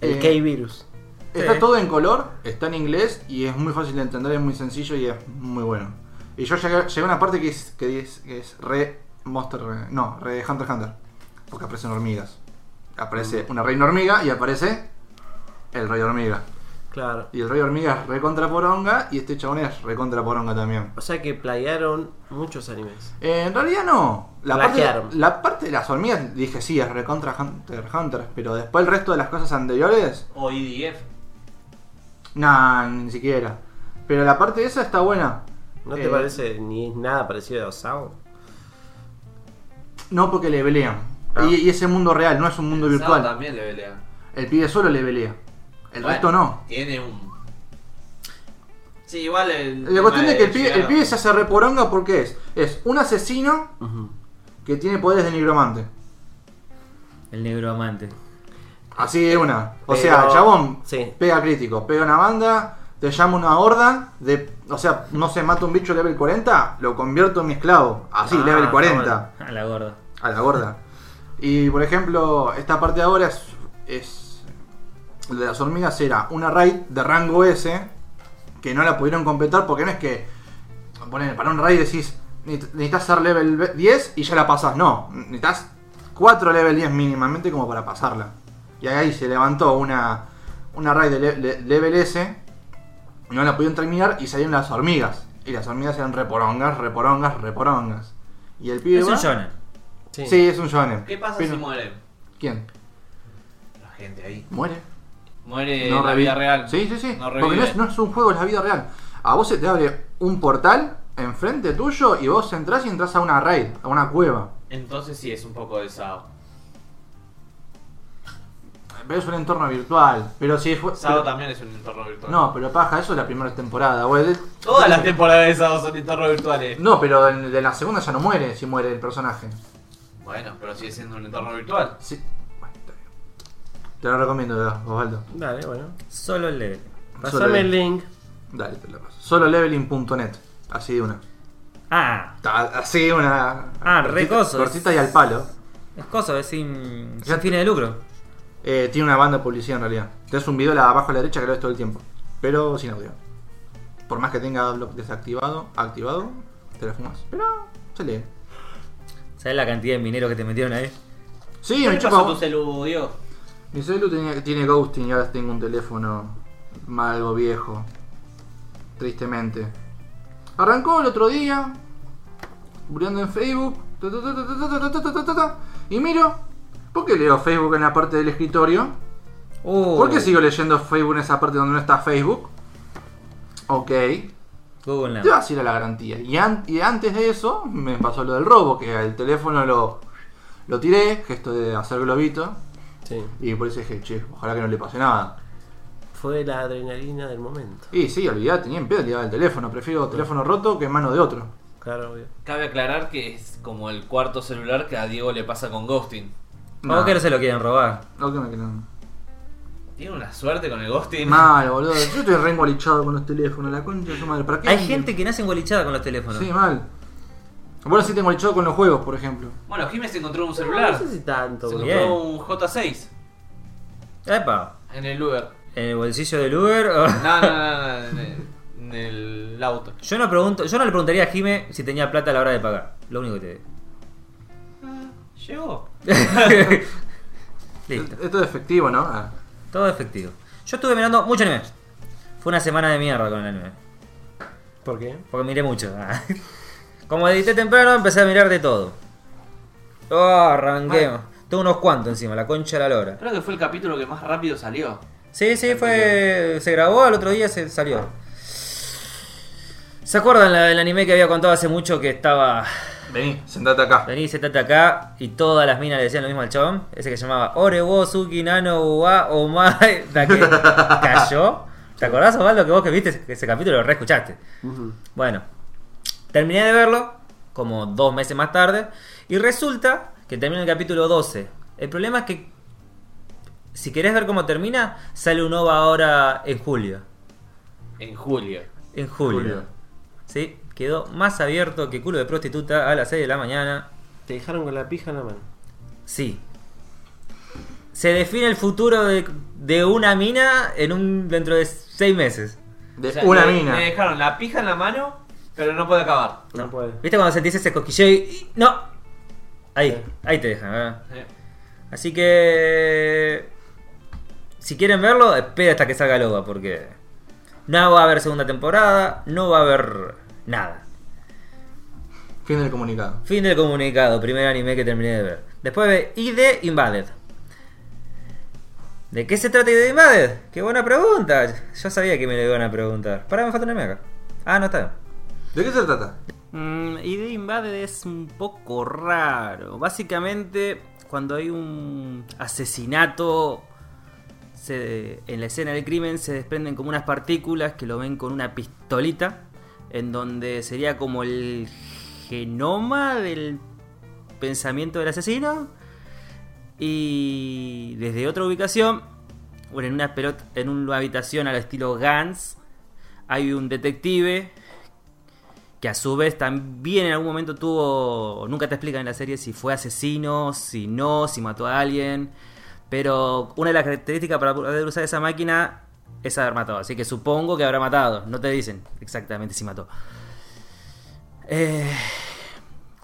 El
Eh,
K-Virus.
Está
Sí.
todo en color, está en inglés y es muy fácil de entender, es muy sencillo y es muy bueno. Y yo llegué, llegué a una parte que es, que es, que es re Monster. eh, No, re Hunter x Hunter. Porque aparecen hormigas. Aparece una reina hormiga y aparece el rey hormiga.
Claro.
Y el rey hormiga es re contra poronga y este chabón es re contra poronga también.
O sea que playaron muchos animes.
Eh, en realidad no. La parte,
Plagiaron.
la parte de las hormigas dije sí, es re contra Hunter x Hunter. Pero después el resto de las cosas anteriores
O EDF.
Nah, ni siquiera. Pero la parte esa está buena.
¿No
Eh,
te parece ni nada parecido a Osao?
No, porque le pelean.
Ah.
Y, y ese mundo real, no es un mundo
El sábado
virtual.
también le pelea.
El pibe solo le pelea. El
Bueno,
resto no.
Tiene un. Sí, igual el.
La cuestión
tema
es que el pibe,
llegar
el
a-
pibe se hace reporonga porque es. Es un asesino que tiene poderes de nigromante.
El negro amante.
Así de una. O
Pero-
sea, chabón,
sí.
pega crítico, pega una banda, te llama una horda, de, o sea, no se mata un bicho level 40, lo convierto en mi esclavo. Así,
Ah,
level
está
40.
bueno.
A la gorda.
A la gorda. Y por ejemplo, esta parte de ahora es. es la de las hormigas era una raid de rango S que no la pudieron completar porque no es que. Ponen, para un raid decís. "Necesit- Necesitas ser level ve- 10 y ya la pasás. No, necesitas 4 level 10 mínimamente como para pasarla. Y ahí se levantó una, una raid de le- le- level S. No la pudieron terminar y salieron las hormigas. Y las hormigas eran reporongas, reporongas, reporongas. Y el pibe.
Es un
va-
shonen.
Sí.
Sí, es un shonen.
¿Qué pasa
Pero-
si muere?
¿Quién?
La gente ahí.
Muere.
Muere en Eh, la
revive.
vida real.
Sí, sí, sí.
No
Porque no
revive.
es, no es un juego, es la vida real. A vos se te abre un portal enfrente tuyo y vos entras y entras a una raid, a una cueva.
Entonces sí es un poco de Sao.
Pero es un entorno virtual. Pero si fue.
Sao
pero-
también pues. es un entorno virtual.
No, pero paja, eso es la primera temporada. güey. De-
Todas las temporadas de Sao son entornos virtuales.
No, pero en- de la segunda ya no muere si muere el personaje.
Bueno, pero sigue siendo un entorno virtual.
Sí. Bueno, está bien. Te lo recomiendo, Osvaldo.
Dale, bueno.
Solo el level.
Pasame el link.
Dale, te lo paso. Sololeveling.net. Así de una.
Ah,
Ta- Así de una.
Ah,
cortita-
re coso.
Cortita y al palo.
es cosa, es sin,
Ya
sin
te-
fines de lucro.
Eh, tiene una banda de publicidad en realidad. Tenés un video la- abajo a la derecha que lo ves todo el tiempo. Pero sin audio. Por más que tenga Adblock desactivado, activado, te la fumas. Pero se lee.
¿Sabes la cantidad de mineros que te metieron ahí?
Sí,
¿Qué
me
le pasó a
chupa.
tu celu, Diego?
Mi celu tenía- tiene ghosting y ahora tengo un teléfono mal, algo viejo. Tristemente. Arrancó el otro día, Burlando en Facebook. ta, ta, ta, ta, ta, ta, ta, ta, ta, ta, ta, ta, y miro, ¿por qué leo Facebook en la parte del escritorio?
Uh,
¿Por qué sigo leyendo Facebook en esa parte donde no está Facebook? Ok.
Google no.
Te vas a ir a la garantía. Y, an- y antes de eso, me pasó lo del robo, que el teléfono lo, lo tiré, gesto de hacer globito.
Sí.
Y por eso dije, che, ojalá que no le pase nada.
Fue la adrenalina del momento.
Y sí, olvidate, ni en pedo tiraba el teléfono. Prefiero teléfono roto que en mano de otro.
Claro, obvio.
Cabe aclarar que es como el cuarto celular que a Diego le pasa con Ghosting.
¿Cómo que no se lo quieren robar?
No, que me quedan.
Tiene una suerte con el Ghosting.
Mal, boludo. Yo estoy re engolichado con los teléfonos, la concha de tu madre. ¿Para qué?
Hay gente que nace engolichada con los teléfonos.
Sí, mal. Bueno, sí te engolichado con los juegos, por ejemplo.
Bueno, Jiménez se encontró un
No
celular.
sé si tanto,
Se
boludo.
Bien.
encontró un J6
Epa,
en el Uber.
¿en el bolsillo del Uber? o-
No, no, no, no, no, en el- en el auto.
Yo no, pregunto, yo no le preguntaría a Jime si tenía plata a la hora de pagar. Lo único que te
Llegó.
digo. Listo.
Esto es efectivo, ¿no? Ah.
Todo efectivo. Yo estuve mirando mucho anime. Fue una semana de mierda con el anime.
¿Por qué?
Porque miré mucho. Como edité temprano, empecé a mirar de todo. Oh, arranqué. Tengo unos cuantos encima, la concha de la lora.
Creo que fue el capítulo que más rápido salió.
Sí, sí, fue. Se grabó, al otro día se salió. ¿Se acuerdan la- del anime que había contado hace mucho que estaba.
Vení, sentate acá.
Vení, se trata acá y todas las minas le decían lo mismo al chabón? Ese que se llamaba Orewo, Suki, Nano, Uwa, Omae, la que cayó. ¿Te acordás, Osvaldo, que vos que viste ese capítulo lo reescuchaste?
Ujú.
Bueno, terminé de verlo como dos meses más tarde y resulta que termina el capítulo 12. El problema es que si querés ver cómo termina, sale un OVA ahora en julio.
En julio.
En julio.
Julio.
Sí, quedó más abierto que culo de prostituta a las 6 de la mañana.
Te dejaron con la pija en la mano.
Sí. Se define el futuro de, de una mina en un dentro de 6 meses.
De
O sea,
una
le-
mina.
Le dejaron la pija en la mano, pero no puede acabar.
No, puede.
¿Viste cuando sentís ese cosquilleo y- y- ¡No! Ahí,
Sí.
ahí te dejan. ¿verdad?
Eh,
Así que. Si quieren verlo, espera hasta que salga el OVA, porque. No va a haber segunda temporada, no va a haber nada.
Fin del comunicado.
Fin del comunicado, primer anime que terminé de ver. Después de ID Invaded. ¿De qué se trata ID Invaded? ¡Qué buena pregunta! Yo sabía que me lo iban a preguntar. Pará, me falta una acá. Ah, no está bien.
¿De qué se trata?
Mm, ID Invaded es un poco raro. Básicamente, cuando hay un asesinato se- en la escena del crimen, se desprenden como unas partículas que lo ven con una pistolita, en donde sería como el genoma del pensamiento del asesino. Y desde otra ubicación, bueno, en una, pelota, en una habitación al estilo Gans, hay un detective que a su vez también en algún momento tuvo, nunca te explican en la serie si fue asesino, si no, si mató a alguien, pero una de las características para poder usar esa máquina es haber matado, así que supongo que habrá matado, no te dicen exactamente si mató. Eh,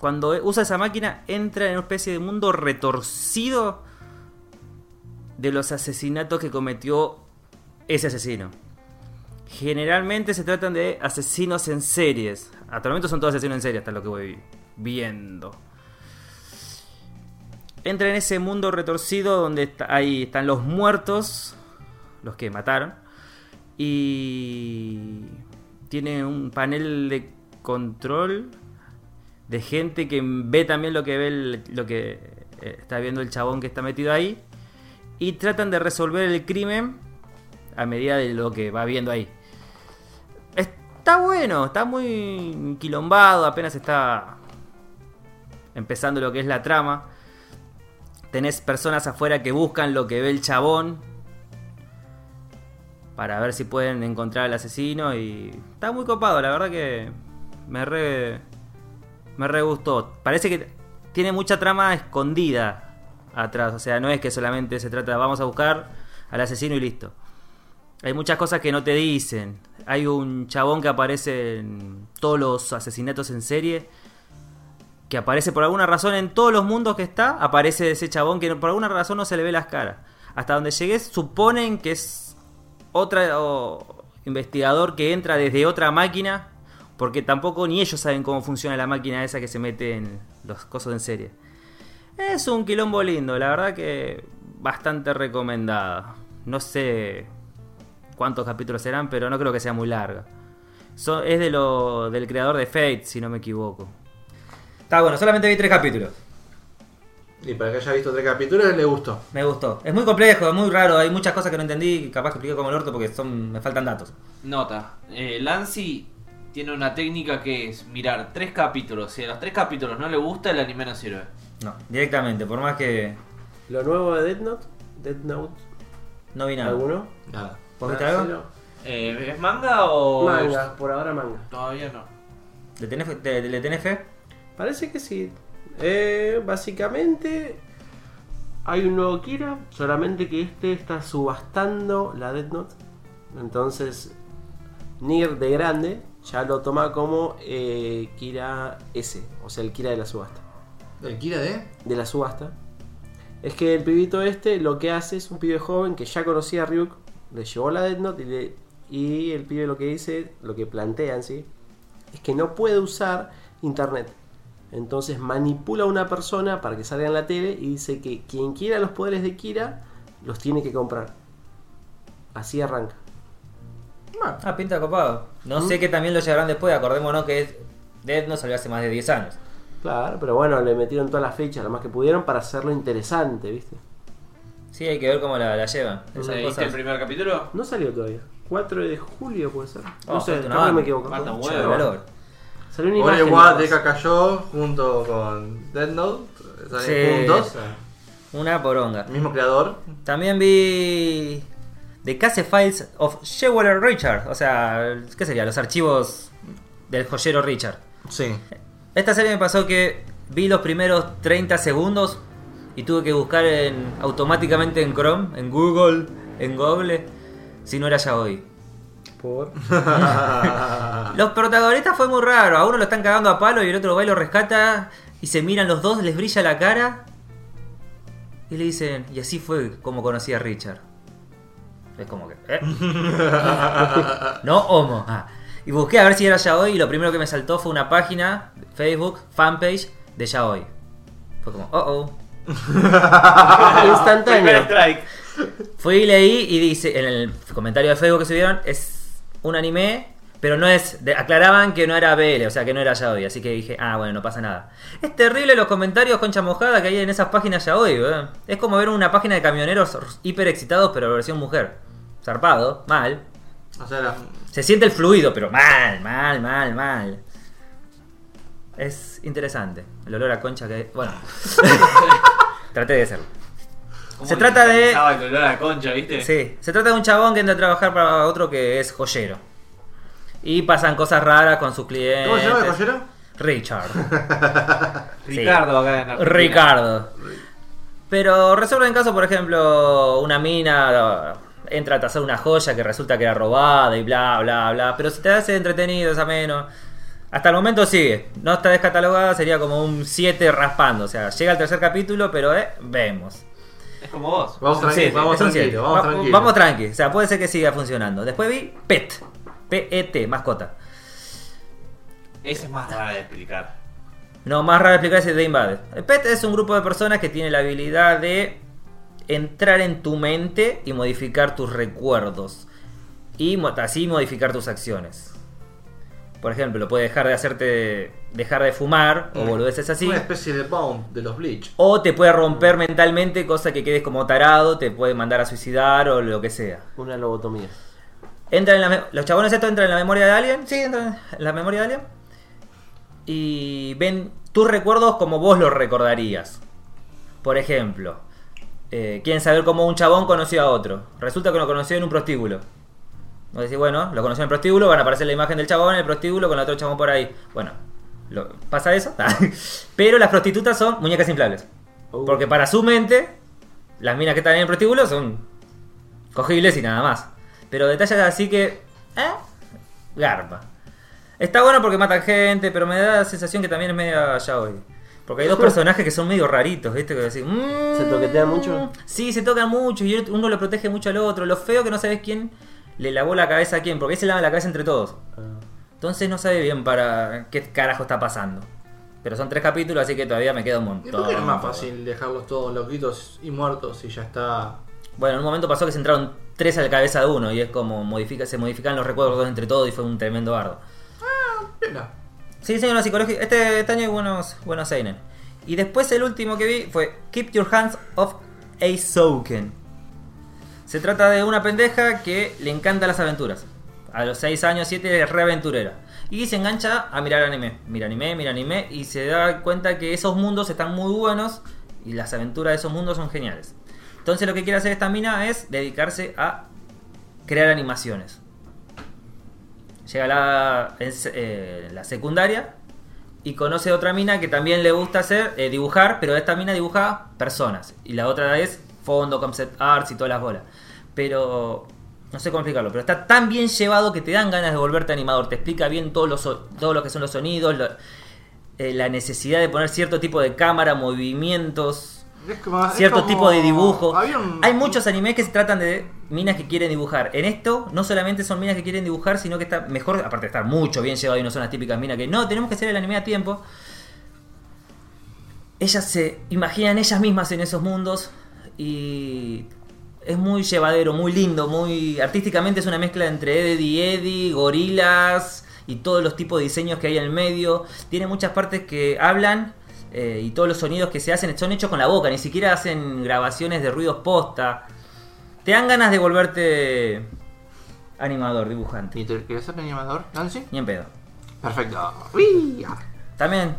cuando usa esa máquina entra en una especie de mundo retorcido de los asesinatos que cometió ese asesino. Generalmente se tratan de asesinos en series. Hasta el momento son todos asesinos en serie, hasta lo que voy viendo. Entra en ese mundo retorcido donde está- ahí están los muertos, los que mataron. Y tiene un panel de control de gente que ve también lo que ve el- lo que eh, está viendo el chabón que está metido ahí y tratan de resolver el crimen a medida de lo que va viendo ahí. Está bueno, está muy quilombado, apenas está empezando lo que es la trama. Tenés personas afuera que buscan lo que ve el chabón para ver si pueden encontrar al asesino y está muy copado, la verdad que me re me re gustó. Parece que tiene mucha trama escondida atrás, o sea, no es que solamente se trata vamos a buscar al asesino y listo. Hay muchas cosas que no te dicen. Hay un chabón que aparece en todos los asesinatos en serie. Que aparece por alguna razón en todos los mundos que está. Aparece ese chabón que no- por alguna razón no se le ve las caras. Hasta donde llegué suponen que es otro investigador que entra desde otra máquina. Porque tampoco ni ellos saben cómo funciona la máquina esa que se mete en los cosos en serie. Es un quilombo lindo, la verdad que bastante recomendada. No sé cuántos capítulos serán, pero no creo que sea muy larga. So- es de lo, del creador de Fate, si no me equivoco. Está bueno, solamente vi tres capítulos.
Y para que haya visto tres capítulos, le gustó.
Me gustó. Es muy complejo, es muy raro, hay muchas cosas que no entendí, capaz que expliqué como el orto porque son, me faltan datos.
Nota. Eh, Lancy tiene una técnica que es mirar tres capítulos. Si a los tres capítulos no le gusta, el anime no sirve.
No, directamente, por más que
Lo nuevo de Death Note, Death Note,
no vi nada.
¿alguno?
Nada.
¿Vos viste algo?
Marcelo.
Eh, ¿Es manga o.?
Manga, por ahora manga.
Todavía no.
¿Le tenés, fe- te- ¿Le tenés fe?
Parece que sí. Eh, básicamente hay un nuevo Kira, solamente que este está subastando la Death Note. Entonces, Nier de grande ya lo toma como eh, Kira S, o sea, el Kira de la subasta.
¿El Kira de?
De la subasta. Es que el pibito este lo que hace es un pibe joven que ya conocía a Ryuk, le llevó la Death Note y, le- y el pibe lo que dice, lo que plantean, ¿sí? es que no puede usar internet. Entonces manipula a una persona para que salga en la tele y dice que quien quiera los poderes de Kira los tiene que comprar. Así arranca.
Ah, pinta copado. No
¿Mm?
sé que también lo llevarán después, acordémonos que es Death no salió hace más de 10 años.
Claro, pero bueno, le metieron todas las fechas, lo más que pudieron para hacerlo interesante, ¿viste?
Sí, hay que ver cómo la, la llevan. Esas
¿Le
cosas.
¿Viste el primer capítulo?
No salió todavía. 4 de julio puede ser. No
Oh,
sé,
falta una
capaz que
banda.
me equivoco.
Falta un
Ya
huevo.
lo logro.
Salió una
Ore
imagen.
Wa
nomás.
Deca cayó junto con Dead Note. Salen
Sí.
juntos.
Una poronga.
Mismo creador.
También vi The Case Files of Jewelry Richard. O sea, ¿qué sería? Los archivos del joyero Richard.
Sí.
Esta serie me pasó que vi los primeros 30 segundos y tuve que buscar en, automáticamente en Chrome, en Google, en Google, si no era ya hoy.
Por...
Los protagonistas fue muy raro. A uno lo están cagando a palo y el otro va y lo rescata. Y se miran los dos, les brilla la cara. Y le dicen, y así fue como conocí a Richard. Es como que. ¿eh? no homo. Ah. Y busqué a ver si era Yaoi. Y lo primero que me saltó fue una página, Facebook, fanpage de Yaoi. Fue como, oh oh.
Primer
Instantáneo.
strike.
Fui y leí y dice en el comentario de Facebook que subieron es un anime, pero no es. de- aclaraban que no era BL, o sea que no era yaoi, así que dije, ah, bueno, no pasa nada. Es terrible los comentarios concha mojada que hay en esas páginas yaoi, weón. Es como ver una página de camioneros hiper excitados, pero versión mujer. Zarpado, mal.
o sea, la-
Se siente el fluido, pero mal, mal, mal, mal. Es interesante. El olor a concha que. Bueno. Traté de hacerlo.
¿Cómo
Se
que
trata
te
de-
pensaba el olor a concha, ¿viste?
Sí, se trata de un chabón que entra a trabajar para otro que es joyero. Y pasan cosas raras con sus clientes.
¿Cómo se llama el joyero?
Richard. Sí.
Ricardo acá en Argentina.
Ah, Ricardo. Pero resuelven caso, por ejemplo, una mina uh, entra a tasar una joya que resulta que era robada y bla, bla, bla. Pero si te hace entretenido, es ameno. Hasta el momento sigue. No está descatalogada, sería como un 7 raspando. O sea, llega al tercer capítulo, pero eh, vemos.
Es como vos.
Vamos
Sí,
tranquilo,
sí,
vamos
es un
tranquilo,
siete.
vamos
Va-
tranquilo.
vamos tranqui, o sea, puede ser que siga funcionando. Después vi PET, P-E-T, mascota.
Ese es más raro de explicar.
No, más raro explicar ese de Invaded. El PET es un grupo de personas que tiene la habilidad de entrar en tu mente y modificar tus recuerdos. Y mo- así modificar tus acciones. Por ejemplo, puede dejar de hacerte. dejar de fumar o
Mm.
boludeces así.
Una especie de Bound de los Bleach.
O te puede romper mentalmente, cosa que quedes como tarado, te puede mandar a suicidar o lo que sea.
Una lobotomía.
Entran en la me- los chabones estos entran en la memoria de alguien, sí, entran en la memoria de alguien. Y ven tus recuerdos como vos los recordarías. Por ejemplo, eh, quieren saber cómo un chabón conoció a otro. Resulta que lo conoció en un prostíbulo. Vos decís, bueno, lo conoció en el prostíbulo, van a aparecer la imagen del chabón en el prostíbulo con el otro chabón por ahí. Bueno, lo- ¿pasa eso? Pero las prostitutas son muñecas inflables.
Oh.
Porque para su mente, las minas que están en el prostíbulo son cogibles y nada más. Pero detalles así que. ¿Eh? Garpa. Está bueno porque matan gente, pero me da la sensación que también es media yaoi. Porque hay dos personajes que son medio raritos, ¿viste? Que decís, "Mm".
¿Se toquetean mucho?
Sí, se tocan mucho y uno lo protege mucho al otro. Lo feo que no sabes quién le lavó la cabeza a quién, porque ahí se lava la cabeza entre todos.
Ah.
Entonces no sabe bien para qué carajo está pasando. Pero son tres capítulos, así que todavía me queda un
¿Y
montón.
por qué no es más fácil dejarlos todos loquitos y muertos y ya está?
Bueno, en un momento pasó que se entraron tres a la cabeza de uno y es como modifica, se modifican los recuerdos entre todos y fue un tremendo bardo.
Pena.
Sí, sí, una psicología. Este, este año hay buenos, buenos seinen. Y después el último que vi fue Keep Your Hands Off Aizoken. Se trata de una pendeja que le encantan las aventuras. A los 6 años, 7 es reaventurera. Y se engancha a mirar anime. Mira anime, mira anime. Y se da cuenta que esos mundos están muy buenos. Y las aventuras de esos mundos son geniales. Entonces lo que quiere hacer esta mina es dedicarse a crear animaciones. Llega a la, es, eh, la secundaria y conoce a otra mina que también le gusta hacer eh, dibujar, pero esta mina dibuja personas. Y la otra es fondo, concept arts y todas las bolas. Pero no sé cómo explicarlo, pero está tan bien llevado que te dan ganas de volverte animador. Te explica bien todos los, so- todo lo que son los sonidos, lo- eh, la necesidad de poner cierto tipo de cámara, movimientos
Es como- es
cierto
como-
tipo de dibujo.
había un-
Hay muchos animes que se tratan de minas que quieren dibujar. En esto, no solamente son minas que quieren dibujar, sino que está mejor, aparte de estar mucho bien llevado y no son las típicas minas que no, tenemos que hacer el anime a tiempo. Ellas se imaginan ellas mismas en esos mundos y es muy llevadero, muy lindo, muy artísticamente es una mezcla entre Eddie y Eddie, gorilas y todos los tipos de diseños que hay en el medio. Tiene muchas partes que hablan eh, y todos los sonidos que se hacen son hechos con la boca, ni siquiera hacen grabaciones de ruidos posta. Te dan ganas de volverte animador, dibujante.
¿Y te querés ser animador, Nancy?
Ni en pedo.
Perfecto. Uy, ya.
También.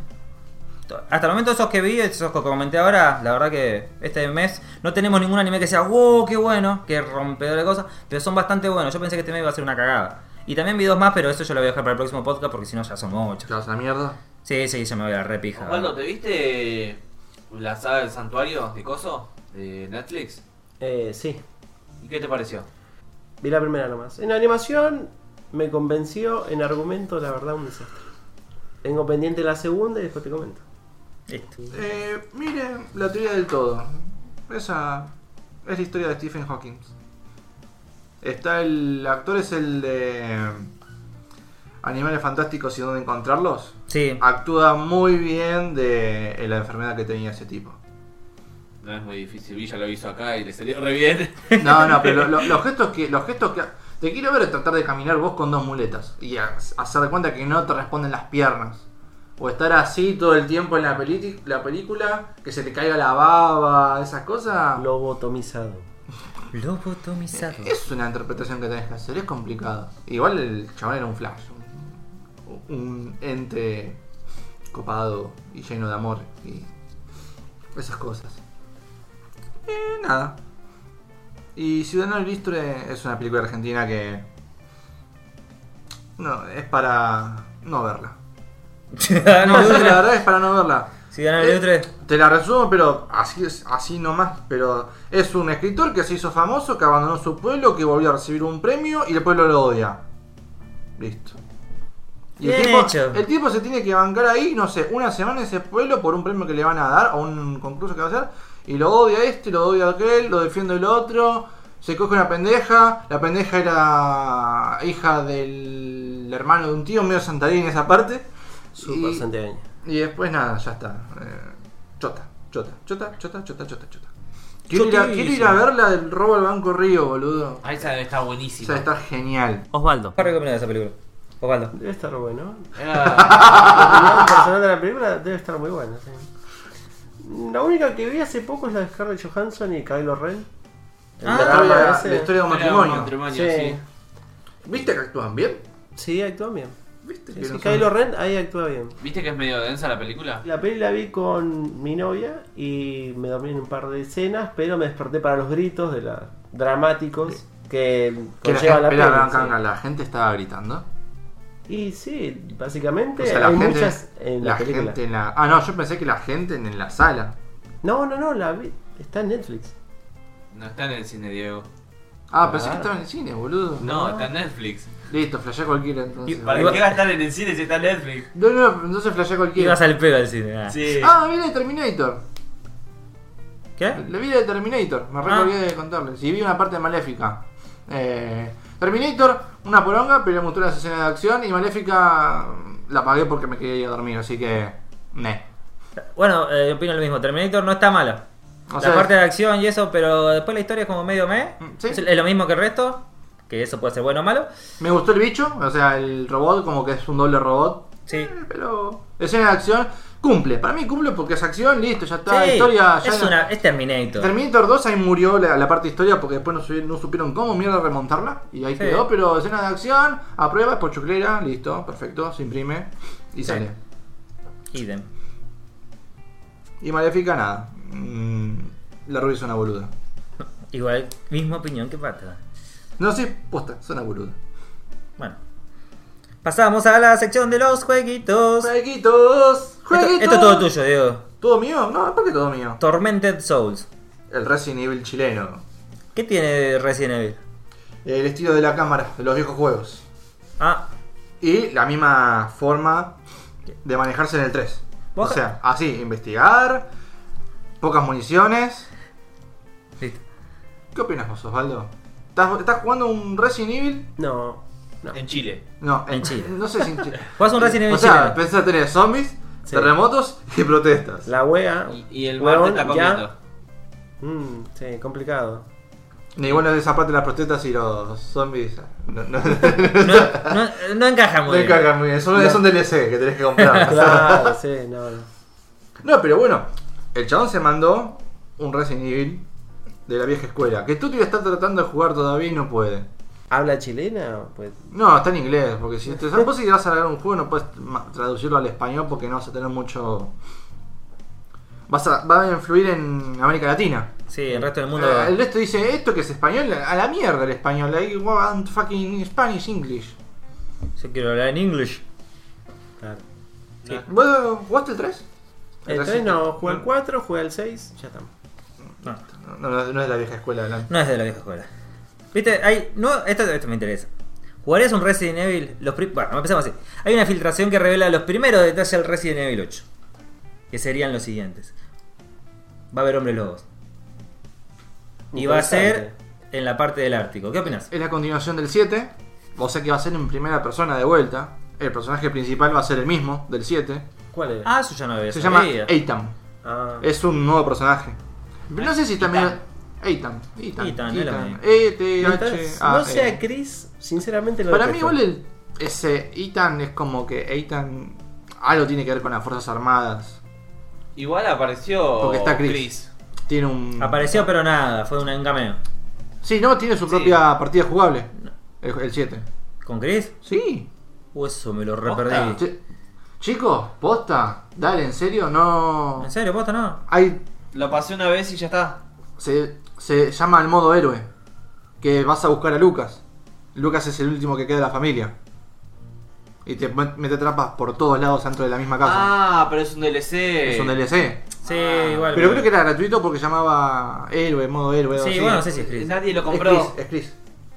to- Hasta el momento esos que vi, esos que comenté ahora, la verdad que este mes no tenemos ningún anime que sea wow, qué bueno, que rompedor de cosas, pero son bastante buenos. Yo pensé que este mes iba a ser una cagada. Y también vi dos más, pero eso yo lo voy a dejar para el próximo podcast porque si no ya son muchos.
Te vas a la mierda.
Sí, sí, ya me voy a la repija.
Osvaldo, ¿te viste la saga del santuario de Coso? De Netflix.
Eh, sí,
¿Y qué te pareció?
vi la primera nomás. En animación me convenció, en argumento la verdad un desastre. Tengo pendiente la segunda y después te comento.
Listo.
Eh, miren, la teoría del todo. Esa es la historia de Stephen Hawking. Está el actor es el de Animales Fantásticos y dónde encontrarlos.
Sí,
Actúa muy bien de la enfermedad que tenía ese tipo.
No es muy difícil, Villa lo hizo acá y le salió re bien.
No, no, pero lo- lo- los gestos que los gestos que te quiero ver es tratar de caminar vos con dos muletas y ha- hacer de cuenta que no te responden las piernas. O estar así todo el tiempo en la, peli- la película, que se te caiga la baba, esas cosas.
Lobotomizado.
lobotomizado.
Es una interpretación que tenés que hacer, es complicado. Igual el chabón era un flash, un, un ente copado y lleno de amor y esas cosas. Eh, nada. Y Ciudadano Ilustre es una película argentina que. No, es para no verla.
Ciudadano
Ah, No, sí, la
Ilustre.
verdad es para no verla.
Ciudadano Ilustre.
Eh, Te la resumo, pero así es, así nomás. Pero es un escritor que se hizo famoso, que abandonó su pueblo, que volvió a recibir un premio y el pueblo lo odia. Listo. Y el
Bien
tipo,
hecho.
el tipo se tiene que bancar ahí, no sé, una semana en ese pueblo por un premio que le van a dar o un concurso que va a hacer. Y lo odia este, lo odia aquel, lo defiende el otro. Se coge una pendeja. La pendeja era hija del hermano de un tío, medio santarín en esa parte.
Super
Y-
santiagueño.
y después nada, ya está. Eh, chota, chota, chota, chota, chota, chota, chota. Quiero ir, a, quiero ir a ver la del robo al Banco Río, boludo.
Ahí Ah, esa debe estar
O sea,
buenísima.
está genial.
Ah,
Osvaldo. ¿Qué recomiendas esa película? Osvaldo.
Debe estar bueno.
Era-
La opinión personal de la película debe estar muy buena. sí. La única que vi hace poco es la de Scarlett Johansson y Kylo Ren. El
Ah,
la,
drama
historia-
ese.
la historia de un
era un
matrimonio.
matrimonio,
Sí.
sí.
¿Viste que actúan bien?
Sí, actúa bien.
¿Viste
Sí,
que
sí,
no son-
Kylo Ren ahí actúa bien.
¿Viste que es medio densa la película?
La peli la vi con mi novia y me dormí en un par de escenas, pero me desperté para los gritos de la dramáticos que
Que la
conlleva
gente,
la peli.
espera, arranca, arranca,
sí.
la gente estaba gritando.
Y sí, básicamente
O sea, la
hay
gente.
muchas en la,
la
película.
gente en la. Ah, no, yo pensé que la gente en, en la sala.
No, no, no, la vi. Está en Netflix.
No está en el cine, Diego.
Ah, pensé
Ah.
que estaba en el cine, boludo.
No, está en Netflix.
Listo, flashé cualquiera entonces.
¿Para
Iba-
qué gastar en el cine si está en Netflix?
No, no, entonces flashé cualquiera.
Ibas al pedo al cine. ah.
Sí.
Ah, viene Terminator.
¿Qué?
La vida de Terminator, me re
Ah.
olvidé de contarles. Y vi una parte maléfica. Eh, Terminator, una poronga, pero me gustó las escenas de acción. Y Maléfica mm, la pagué porque me quería ir a dormir, así que. Meh.
Bueno, eh, opino lo mismo. Terminator no está mala.
O
la
sea,
parte de acción y eso, pero después la historia es como medio me.
Mm, sí.
Es es lo mismo que el resto. Que eso puede ser bueno o malo.
Me gustó el bicho, o sea, el robot, como que es un doble robot.
Sí.
Eh, Pero. Escena de acción cumple. Para mí cumple porque es acción, listo, ya está.
Sí,
historia ya
es,
no-
una, es Terminator.
Terminator 2 ahí murió la, la parte de historia porque después no, subi- no supieron cómo mierda remontarla y ahí
Sí.
quedó, pero escena de acción, a prueba, por chuclera, listo, perfecto, se imprime y sale.
Idem.
Y Maléfica nada. Mm, la Ruby es una boluda.
Igual, misma opinión que Pata.
No, sí, posta, es una boluda.
Bueno. Pasamos a la sección de los jueguitos. Esto-
Jueguitos,
Esto,
jueguitos.
es todo tuyo, Diego.
¿Todo mío? No, ¿por qué todo mío?
Tormented Souls.
El Resident Evil chileno.
¿Qué tiene de Resident Evil?
El estilo de la cámara, de los viejos juegos.
Ah,
Y la misma forma de manejarse en el 3. O
Vos-
sea, así, investigar, pocas municiones.
listo.
¿Qué opinas vos, Osvaldo? ¿Estás, estás jugando un Resident Evil?
No, no.
En Chile.
No,
En Chile.
No sé si en Chile.
Jugás un Resident Evil
O sea,
chileno.
pensás tener zombies,
Sí.
terremotos y protestas.
La wea.
Y, y el
huevón,
Marte está
ya.
comiendo.
Mm, sí, complicado.
Ni bueno de esa parte de las protestas y los zombies. No, no,
No, no, no encaja muy
no
bien.
encajan muy bien. Son,
No.
son DLC que tenés que comprar.
Claro, sí, no, no.
No, pero bueno, el chabón se mandó un Resident Evil de la vieja escuela. Que Tuti está tratando de jugar todavía y no puede.
¿Habla chilena? Pues.
No, está en inglés, porque si te vos si vas a ganar un juego no puedes ma- traducirlo al español porque no vas a tener mucho. Vas a, va a influir en América Latina.
Sí, el resto del mundo.
Eh, el resto dice, esto que es español, a la mierda el español, I want fucking Spanish English.
Yo quiero hablar en English.
Claro.
¿Vos jugaste el 3?
El 3 no, jugué al 4, jugué al 6, ya estamos.
No,
No, no, no es la vieja escuela, Alan.
no es de la vieja escuela. Viste, hay. No, esto, esto me interesa. ¿Jugarías un Resident Evil? Los pri- bueno, empezamos así. Hay una filtración que revela los primeros detalles del Resident Evil 8. Que serían los siguientes. Va a haber hombres lobos. Y va a ser
Interesante.
en la parte del Ártico. ¿Qué opinas?
Es la continuación del 7, o sea que va a ser en primera persona de vuelta. El personaje principal va a ser el mismo, del 7.
¿Cuál era?
Ah, eso ya no había
Se llama
sabido.
Eitam.
Ah,
Es un nuevo personaje. Pero no sé si también.
Ethan.
Eitan. Eitan.
Ethan, es lo mismo.
E, T, H,
mientras
A.
no sea
E.
Chris, sinceramente lo
Para mí,
detesto.
igual el, ese Eitan es como que Eitan. Algo tiene que ver con las Fuerzas Armadas.
Igual apareció
Porque está Chris.
Chris.
Tiene un.
Apareció, pero nada, fue un cameo.
Sí, no, tiene su
Sí.
propia partida jugable. El el 7.
¿Con Chris?
Sí.
Uh, eso me lo
Posta.
reperdí.
Che- Chicos, posta. Dale, en serio, no.
¿En serio, posta no?
Hay
Lo pasé una vez y ya está.
se, se llama el modo héroe. Que vas a buscar a Lucas. Lucas es el último que queda de la familia. Y te met- mete trampas por todos lados dentro de la misma casa.
Ah, pero es un DLC.
es un DLC.
Sí,
Ah,
igual.
Pero creo que era gratuito porque llamaba héroe, modo héroe.
Sí,
algo así.
bueno, no sé si es Chris.
Nadie lo
Es
compró.
Chris, es Chris.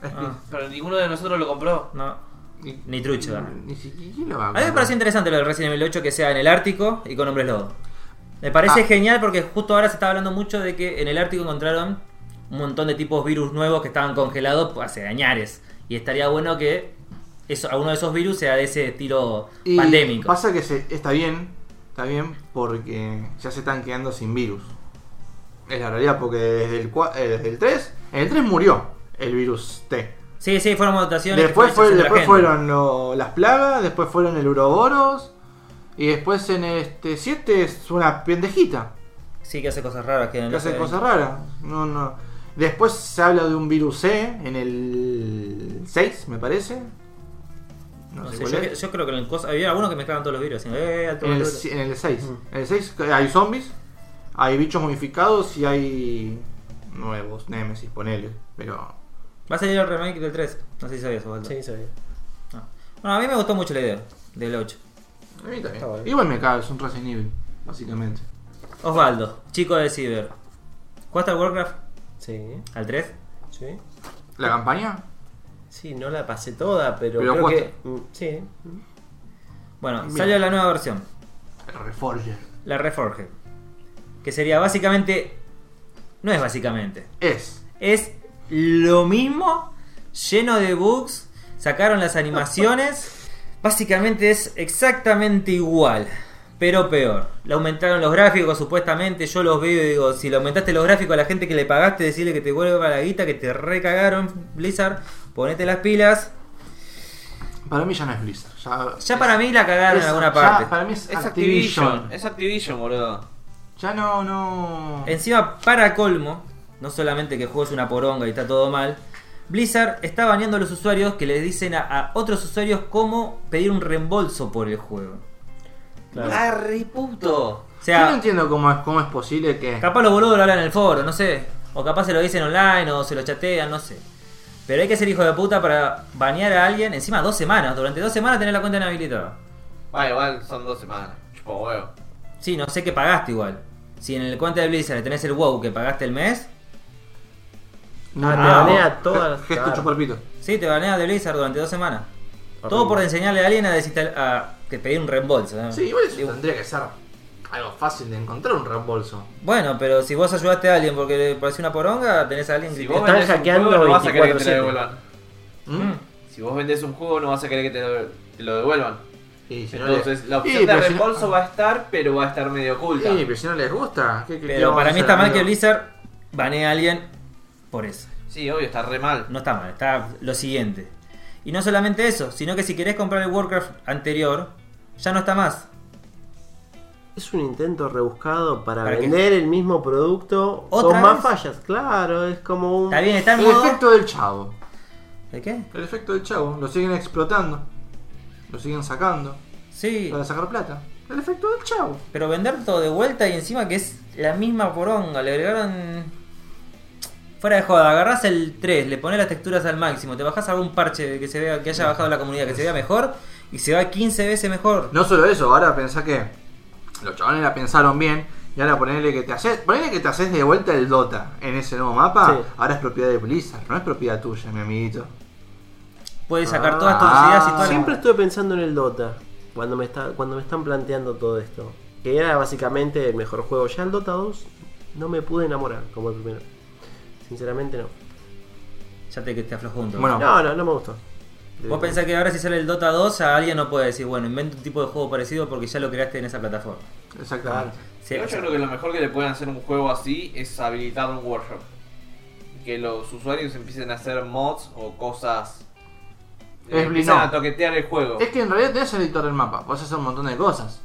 Es Chris.
Ah,
Pero ninguno de nosotros lo compró.
no.
Ni,
Ni trucho. ¿verdad?
ni siquiera ¿quién lo va
A
a
mí me
comprar?
pareció interesante lo del Resident Evil 8 que sea en el Ártico y con hombres lobo. Me parece
Ah.
genial porque justo ahora se está hablando mucho de que en el Ártico encontraron un montón de tipos virus nuevos que estaban congelados hace añares. Y estaría bueno que eso, alguno de esos virus sea de ese estilo
Y
pandémico.
Pasa que se, está bien, está bien, porque ya se están quedando sin virus. Es la realidad, porque desde el, cua- eh, desde el 3, en el 3 murió el virus T.
Sí, sí, fueron mutaciones. que
Después, fue-
fueron
después
haciendo la gente.
fueron lo- las plagas, después fueron el uroboros, y después en este 7 es una pendejita
Sí, que hace cosas raras. Que,
que
no
hace
saben.
cosas raras. No, no. Después se habla de un virus C en el 6, me parece. No,
No
sé
sé,
cuál
yo,
es.
que- yo creo que en el cosa, había algunos que mezclaban todos los virus. haciendo, eh, alto
En el,
valor.
si- en el 6. En el 6 hay zombies, hay bichos modificados y hay nuevos, Nemesis, ponele. Pero
Va a salir el remake del 3. No sé si sabías, Osvaldo.
Sí, sabía.
No. Bueno, a mí me gustó mucho la idea del 8.
a mí también.
Está bueno.
Igual me cabe, es un Resident Evil, básicamente.
Osvaldo, chico de Ciber. ¿Jugaste al Warcraft?
Sí,
¿Al 3?
sí.
¿La campaña?
Sí, no la pasé toda, pero,
Pero
creo
jugaste.
que. mm, Sí. mm.
Bueno,
Bien.
salió la nueva versión,
El Reforger.
la Reforged. Que sería básicamente. No es básicamente.
Es.
Es lo mismo, lleno de bugs, sacaron las animaciones. Básicamente es exactamente igual, pero peor. Le aumentaron los gráficos, supuestamente. Yo los veo y digo, si le aumentaste los gráficos a la gente que le pagaste, decirle que te vuelva la guita, que te recagaron, Blizzard, ponete las pilas.
Para mí ya no es Blizzard. Ya,
Ya para mí la cagaron
es-
en alguna
ya
parte.
para mí es,
Es
Activision.
Activision, es Activision, boludo.
Ya no, no.
Encima, para colmo, no solamente que el juego es una poronga y está todo mal, Blizzard está baneando a los usuarios que le dicen a, a otros usuarios cómo pedir un reembolso por el juego.
Claro.
Arre Ah, puto.
O
Yo no
sea,
entiendo cómo es, cómo es posible que.
capaz los boludos lo hablan en el foro, no sé. O capaz se lo dicen online o se lo chatean, no sé. Pero hay que ser hijo de puta para banear a alguien. Encima, dos semanas. Durante dos semanas tenés la cuenta inhabilitada.
Bueno, igual son dos semanas. Chupa huevo.
Sí, no sé qué pagaste igual. Si en el cuenta de Blizzard le tenés el wow que pagaste el mes,
No,
Ah, te
no.
banea todas las-
Gesto
claro.
chuparpito.
Sí, te banea de Blizzard durante dos semanas.
Horrible.
Todo por enseñarle a alguien a, desinstalar- a que pedir un reembolso. ¿no?
Sí, igual eso tendría que ser algo fácil de encontrar un reembolso.
Bueno, pero si vos ayudaste a alguien porque le pareció una poronga, tenés a alguien que...
Si
te-
vos
están
vendés un
hackeando
juego, no vas a querer que te lo
24/7.
devuelvan.
¿Mm?
Si vos vendés un juego, no vas a querer que te lo, te lo devuelvan.
Y si no le-
Entonces, la opción
Y,
de
pero si no-
reembolso va a estar, pero va a estar medio oculta.
Sí, pero si no les gusta. ¿qué- qué- qué
Pero
vamos
para
a
mí
hacer,
está mal
amigo?
que Blizzard banee a alguien por eso.
Sí, obvio, está re mal.
No está mal, está lo siguiente. Y no solamente eso, sino que si querés comprar el Warcraft anterior, ya no está más.
Es un intento rebuscado para,
¿Para qué?
vender el mismo producto
¿Otra
con más
vez?
fallas. Claro, es como un.
Está bien, está en
El
modo...
efecto del chavo.
¿De qué?
El efecto del chavo. Lo siguen explotando. Lo siguen sacando.
Sí,
Para sacar plata. El efecto del chavo.
pero vender todo de vuelta y encima que es la misma poronga, le agregaron... Fuera de joda, agarrás el 3, le pones las texturas al máximo, te bajás algún parche que se vea que haya bajado la comunidad, que se vea mejor y se va 15 veces mejor.
No solo eso, ahora pensá que los chavales la pensaron bien. Y ahora ponerle que te haces, ponerle que te haces de vuelta el Dota en ese nuevo mapa,
Sí.
ahora es propiedad de Blizzard, no es propiedad tuya, mi amiguito.
Puedes sacar
Ah,
todas tus ideas y todas
Siempre estuve pensando en el Dota cuando me, está, cuando me están planteando todo esto. Que era básicamente el mejor juego. Ya el Dota 2 no me pude enamorar como el primero. Sinceramente no.
Ya te, que te aflojó un toque.
Bueno.
No, no, no me gustó. Eh,
Vos pensás que ahora si sale el Dota 2 a alguien no puede decir, bueno, inventa un tipo de juego parecido porque ya lo creaste en esa plataforma.
Exactamente.
Sí,
Igual
o sea,
yo creo que lo mejor que le pueden hacer a un juego así es habilitar un workshop. Que los usuarios empiecen a hacer mods o cosas.
Es
empiecen
Blizzard.
a toquetear el juego.
Es que en realidad tenés el editor del mapa, podés hacer un montón de cosas.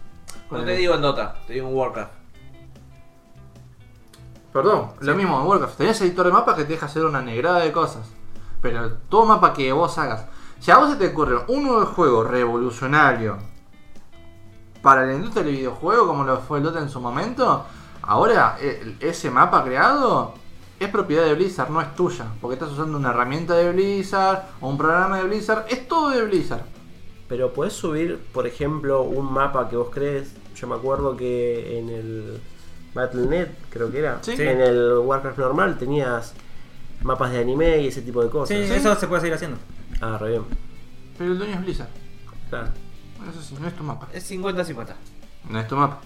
No
Con
te
el-
digo en Dota, te digo en Warcraft.
Perdón, lo mismo en Warcraft. Tenés editor de mapa que te deja hacer una negrada de cosas. Pero todo mapa que vos hagas. Si a vos se te ocurre un nuevo juego revolucionario para la industria del videojuego, como lo fue el Dota en su momento, ahora e- ese mapa creado es propiedad de Blizzard, no es tuya. Porque estás usando una herramienta de Blizzard o un programa de Blizzard. Es todo de Blizzard.
Pero podés subir, por ejemplo, un mapa que vos crees. Yo me acuerdo que en el Battle.net, creo que era.
Sí.
En el Warcraft normal tenías mapas de anime y ese tipo de cosas.
sí, eso se puede seguir haciendo.
Ah, re bien.
Pero el dueño es Blizzard.
Claro.
Bueno, Eso sí, no es tu mapa.
Es 50-50.
No es tu mapa.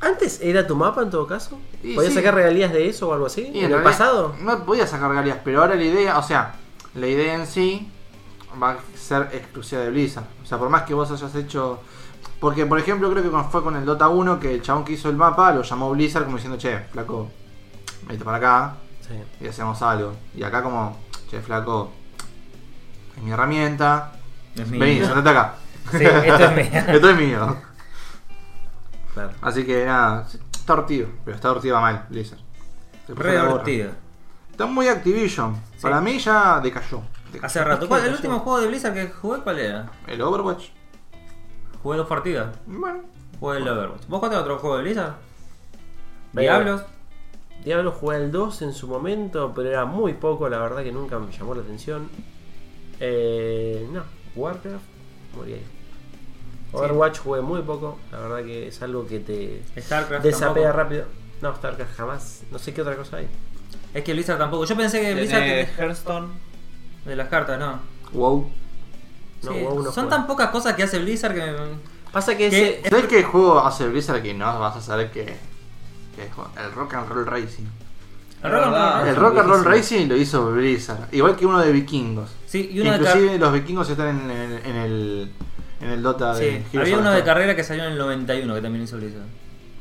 ¿Antes era tu mapa en todo caso?
Y
¿Podías
sí.
sacar regalías de eso o algo así?
Y
¿En, el
realidad
pasado?
No podía sacar regalías, pero ahora la idea, o sea, la idea en sí va a ser exclusiva de Blizzard. O sea, por más que vos hayas hecho. Porque, por ejemplo, creo que con- fue con el Dota 1 que el chabón que hizo el mapa lo llamó Blizzard como diciendo, che, flaco, vete para acá
Sí.
y hacemos algo. Y acá, como, che, flaco, es mi herramienta,
Es mío.
vení, sentate acá.
Sí, esto es mío.
Esto es mío.
Claro.
Así que nada, está hortido, pero está hortiva mal, Blizzard. Se puso
Re
la gorra.
divertido.
Está muy Activision. Para mí ya decayó. decayó.
Hace rato. ¿Cuál, ¿El último juego de Blizzard que jugué cuál era?
El Overwatch.
Jugué dos partidas.
Bueno.
Jugué el Overwatch. ¿Vos jugaste otro juego de Blizzard? Diablos.
Diablo jugué al 2 en su momento, pero era muy poco, la verdad que nunca me llamó la atención. Eh, no, Warcraft, muy bien. Overwatch jugué muy poco, la verdad que es algo que te
Starcraft.
desapega
tampoco.
rápido. No, Starcraft jamás, no sé qué otra cosa hay.
Es que Blizzard tampoco. Yo pensé que Blizzard.
Tiene Hearthstone.
De las cartas, no.
Wow.
No,
Sí,
WoW no
Son
jugué.
tan pocas cosas que hace Blizzard que. me-
Pasa que
¿Qué?
ese...
¿Sabes qué juego hace Blizzard que no vas a saber que, que es el Rock and Roll Racing?
El rock and roll
verdad.
racing.
El Rock and Roll
Ah, Buenísimo.
Racing lo hizo Blizzard, igual que uno de vikingos.
Sí, y uno de
Inclusive
car-
los vikingos están en, el- en el en el Dota de
sí,
Heroes
había
of
uno de
Storm.
carrera que salió en el 91 que también hizo Blizzard.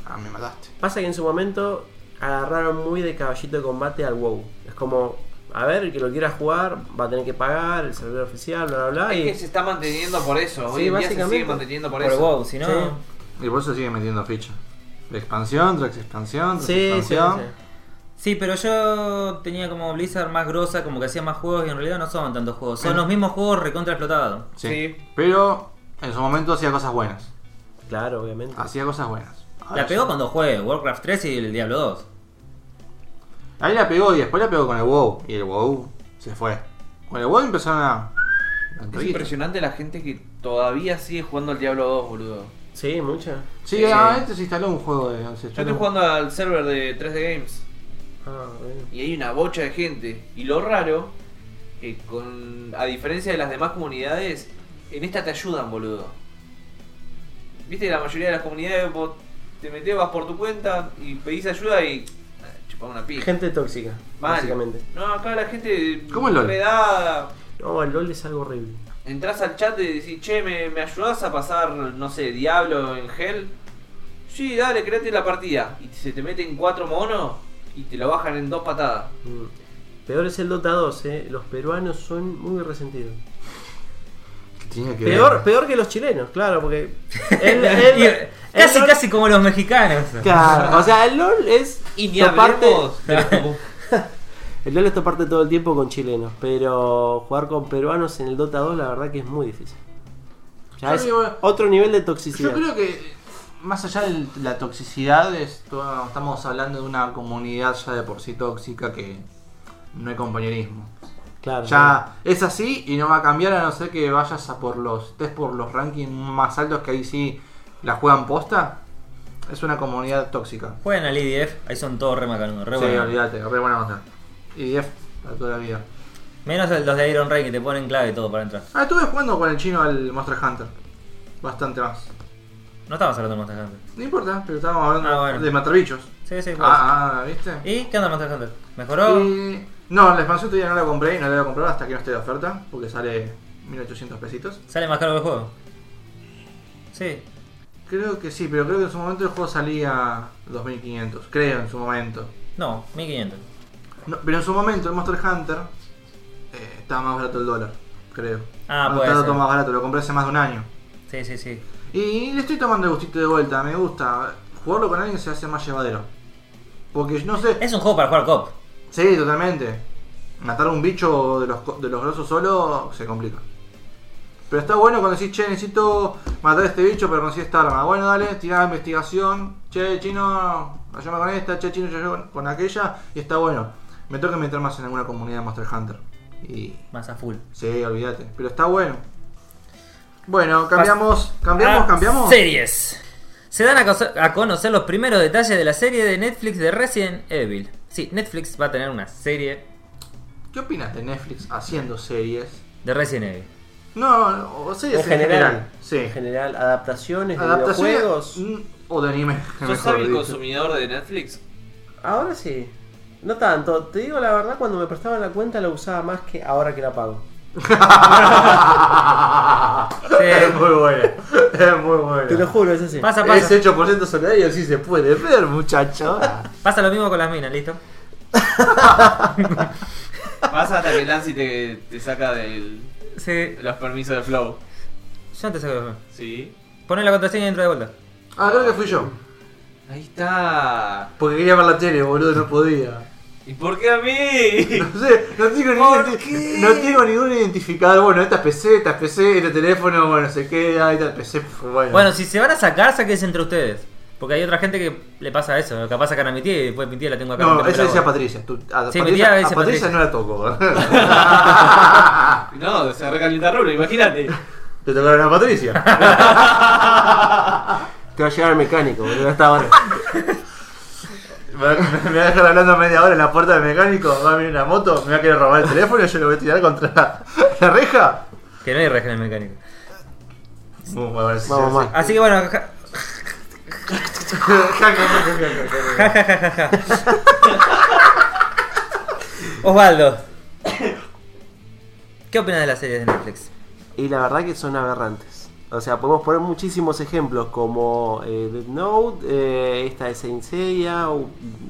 Ah, me mataste.
Pasa que en su momento agarraron muy de caballito de combate al WoW. Es como, a ver, el que lo quiera jugar va a tener que pagar el servidor oficial, bla, bla, bla.
Es que
Ah, Y
se está manteniendo por eso.
Sí,
Hoy en día se
básicamente.
sigue manteniendo por,
Por,
eso.
WoW, si no.
Sí.
Y por eso sigue metiendo ficha. De expansión, tras expansión, tras
sí, sí, sí,
expansión.
sí.
Sí, pero yo tenía como Blizzard más grosa, como que hacía más juegos y en realidad no son tantos juegos. Son
Mm.
los mismos juegos recontra explotados.
Sí.
Sí.
Pero en su momento hacía cosas buenas.
Claro, obviamente.
Hacía cosas buenas. Ahora
La pegó
sí.
con dos juegos, Warcraft 3 y el Diablo 2.
Ahí la pegó y después la pegó con el WoW. Y el WoW se fue. Con el WoW empezaron a.
Es impresionante la gente que todavía sigue jugando al Diablo 2, boludo.
Sí, mucha.
Sí,
Sí.
ah, este se instaló un juego de. se
Yo
instaló
estoy
un-
jugando al server de 3D Games
Ah, bueno.
y hay una bocha de gente. Y lo raro, que con a diferencia de las demás comunidades, en esta te ayudan, boludo. Viste, la mayoría de las comunidades vos te metés, vas por tu cuenta y pedís ayuda y chupás una pija.
Gente tóxica,
Mal.
básicamente.
No, acá la gente
¿Cómo es LOL?
me da...
No, el LOL es algo horrible.
Entrás al chat y decís, che, ¿me, me ayudás a pasar, no sé, Diablo en Hell? Sí, dale, créate la partida. Y se te meten cuatro monos y te lo bajan en dos patadas.
Mm. Peor es el Dota 2, eh. Los peruanos son muy resentidos.
que tenía que
Peor,
ver.
peor que los chilenos, claro, porque. el- el-
Y-
el
casi,
LOL-
casi como los mexicanos.
Claro, o sea, el LOL es.
Y ni
toparte-
hablemos de los-
El LOL es toparte todo el tiempo con chilenos, pero jugar con peruanos en el Dota 2 la verdad que es muy difícil. Ya
Yo
es
digo-
otro nivel de toxicidad.
Yo creo que. Más allá de la toxicidad, es toda- estamos hablando de una comunidad ya de por sí tóxica que no hay compañerismo.
Claro,
Ya es así y no va a cambiar a no ser que vayas a por los estés por los rankings más altos que ahí sí la juegan posta. Es una comunidad tóxica.
Juegan al IDF, ahí son todos re macanudos, re
sí,
buenos.
olvídate, re buena onda. Y F para toda la vida.
Menos el- los de Iron Rey que te ponen clave y todo para entrar.
Ah, estuve jugando con el chino al Monster Hunter. Bastante más.
No estamos hablando de Monster Hunter.
No importa, pero estábamos hablando
Ah, bueno.
de matar bichos.
Sí, sí, puede
Ah, ah, ¿viste?
ser. ¿Y qué onda Monster Hunter? ¿Mejoró?
Y- No, la expansión todavía no la compré y no la voy a comprar hasta que no esté de oferta, porque sale 1800 pesitos.
¿Sale más caro que el juego? Sí.
Creo que sí, pero creo que en su momento el juego salía 2500, creo en su momento.
No, 1500.
No, pero en su momento el Monster Hunter eh, estaba más barato el dólar, creo.
Ah,
No,
puede
estaba
ser.
todo más barato, lo compré hace más de un año.
Sí, sí, sí.
Y le estoy tomando el gustito de vuelta, me gusta. Jugarlo con alguien se hace más llevadero. Porque no sé.
Es un juego para jugar cop.
Sí, totalmente. Matar a un bicho de los, co- de los grosos solo se complica. Pero está bueno cuando decís, che, necesito matar a este bicho, pero conseguí esta arma. Bueno, dale, tirá investigación. Che, chino, ayúdame con esta. Che, chino, yo ayudo con- con aquella. Y está bueno. Me toca meter más en alguna comunidad de Monster Hunter. Y.
Más a full.
Sí, olvídate. Pero está bueno. Bueno, cambiamos. ¿Cambiamos?
Ah,
¿Cambiamos?
Series. Se dan a, coso- a conocer los primeros detalles de la serie de Netflix de Resident Evil. Sí, Netflix va a tener una serie
¿Qué opinas de Netflix haciendo series?
de Resident Evil.
No, no, o
En
series
general,
Sí.
en general, adaptaciones, de
Adaptaciones
videojuegos.
mm, o de anime.
¿Sos
mejor
hábil
dicho.
consumidor de Netflix?
Ahora sí. No tanto, te digo la verdad, cuando me prestaban la cuenta la usaba más que ahora que la pago.
Es muy bueno. Es muy bueno.
Te lo juro, es así.
Pasa,
Es
pasa.
8% solidario, sí se puede ver, muchacho. Ah,
Pasa lo mismo con las minas, ¿listo?
Pasa hasta que Nancy te, te saca del,
Sí.
de los permisos de Flow.
Yo no te saco los minas.
Sí.
Poné la contraseña y entra de vuelta.
Ah, creo que fui yo.
Ahí está.
Porque quería ver la tele, boludo, no podía.
¿Y por qué a mí?
No sé, no tengo,
¿Por
ningún,
qué?
no tengo ningún identificador. Bueno, esta es PC, esta es PC, este teléfono, bueno, se queda, esta es PC, pf, pues, bueno.
Bueno, si se van a sacar, saquense entre ustedes. Porque hay otra gente que le pasa eso. Capaz sacan a mi tía y después mi tía la tengo acá.
no,
me
eso
la
decía
bola.
Patricia. tú- a,
Sí, mi
Patricia,
tía
a
dice
Patricia
Patricia.
no la toco.
No, se recalienta Rulo, imagínate.
Te tocaron a Patricia.
Te va a llegar el mecánico, boludo, hasta ahora.
Me va- me va a dejar hablando media hora en la puerta del mecánico, va a venir una moto, me va a querer robar el teléfono y yo lo voy a tirar contra la, la reja.
Que no hay régimen mecánico.
Uh, bueno, sí,
Vamos,
sí.
más.
Así que bueno, ja-
Ja, ja, ja, ja, ja, ja, ja.
Osvaldo. ¿Qué opinas de las series de Netflix?
Y la verdad que son aberrantes. O sea, podemos poner muchísimos ejemplos como eh, Death Note, eh, esta de Saint Seiya, o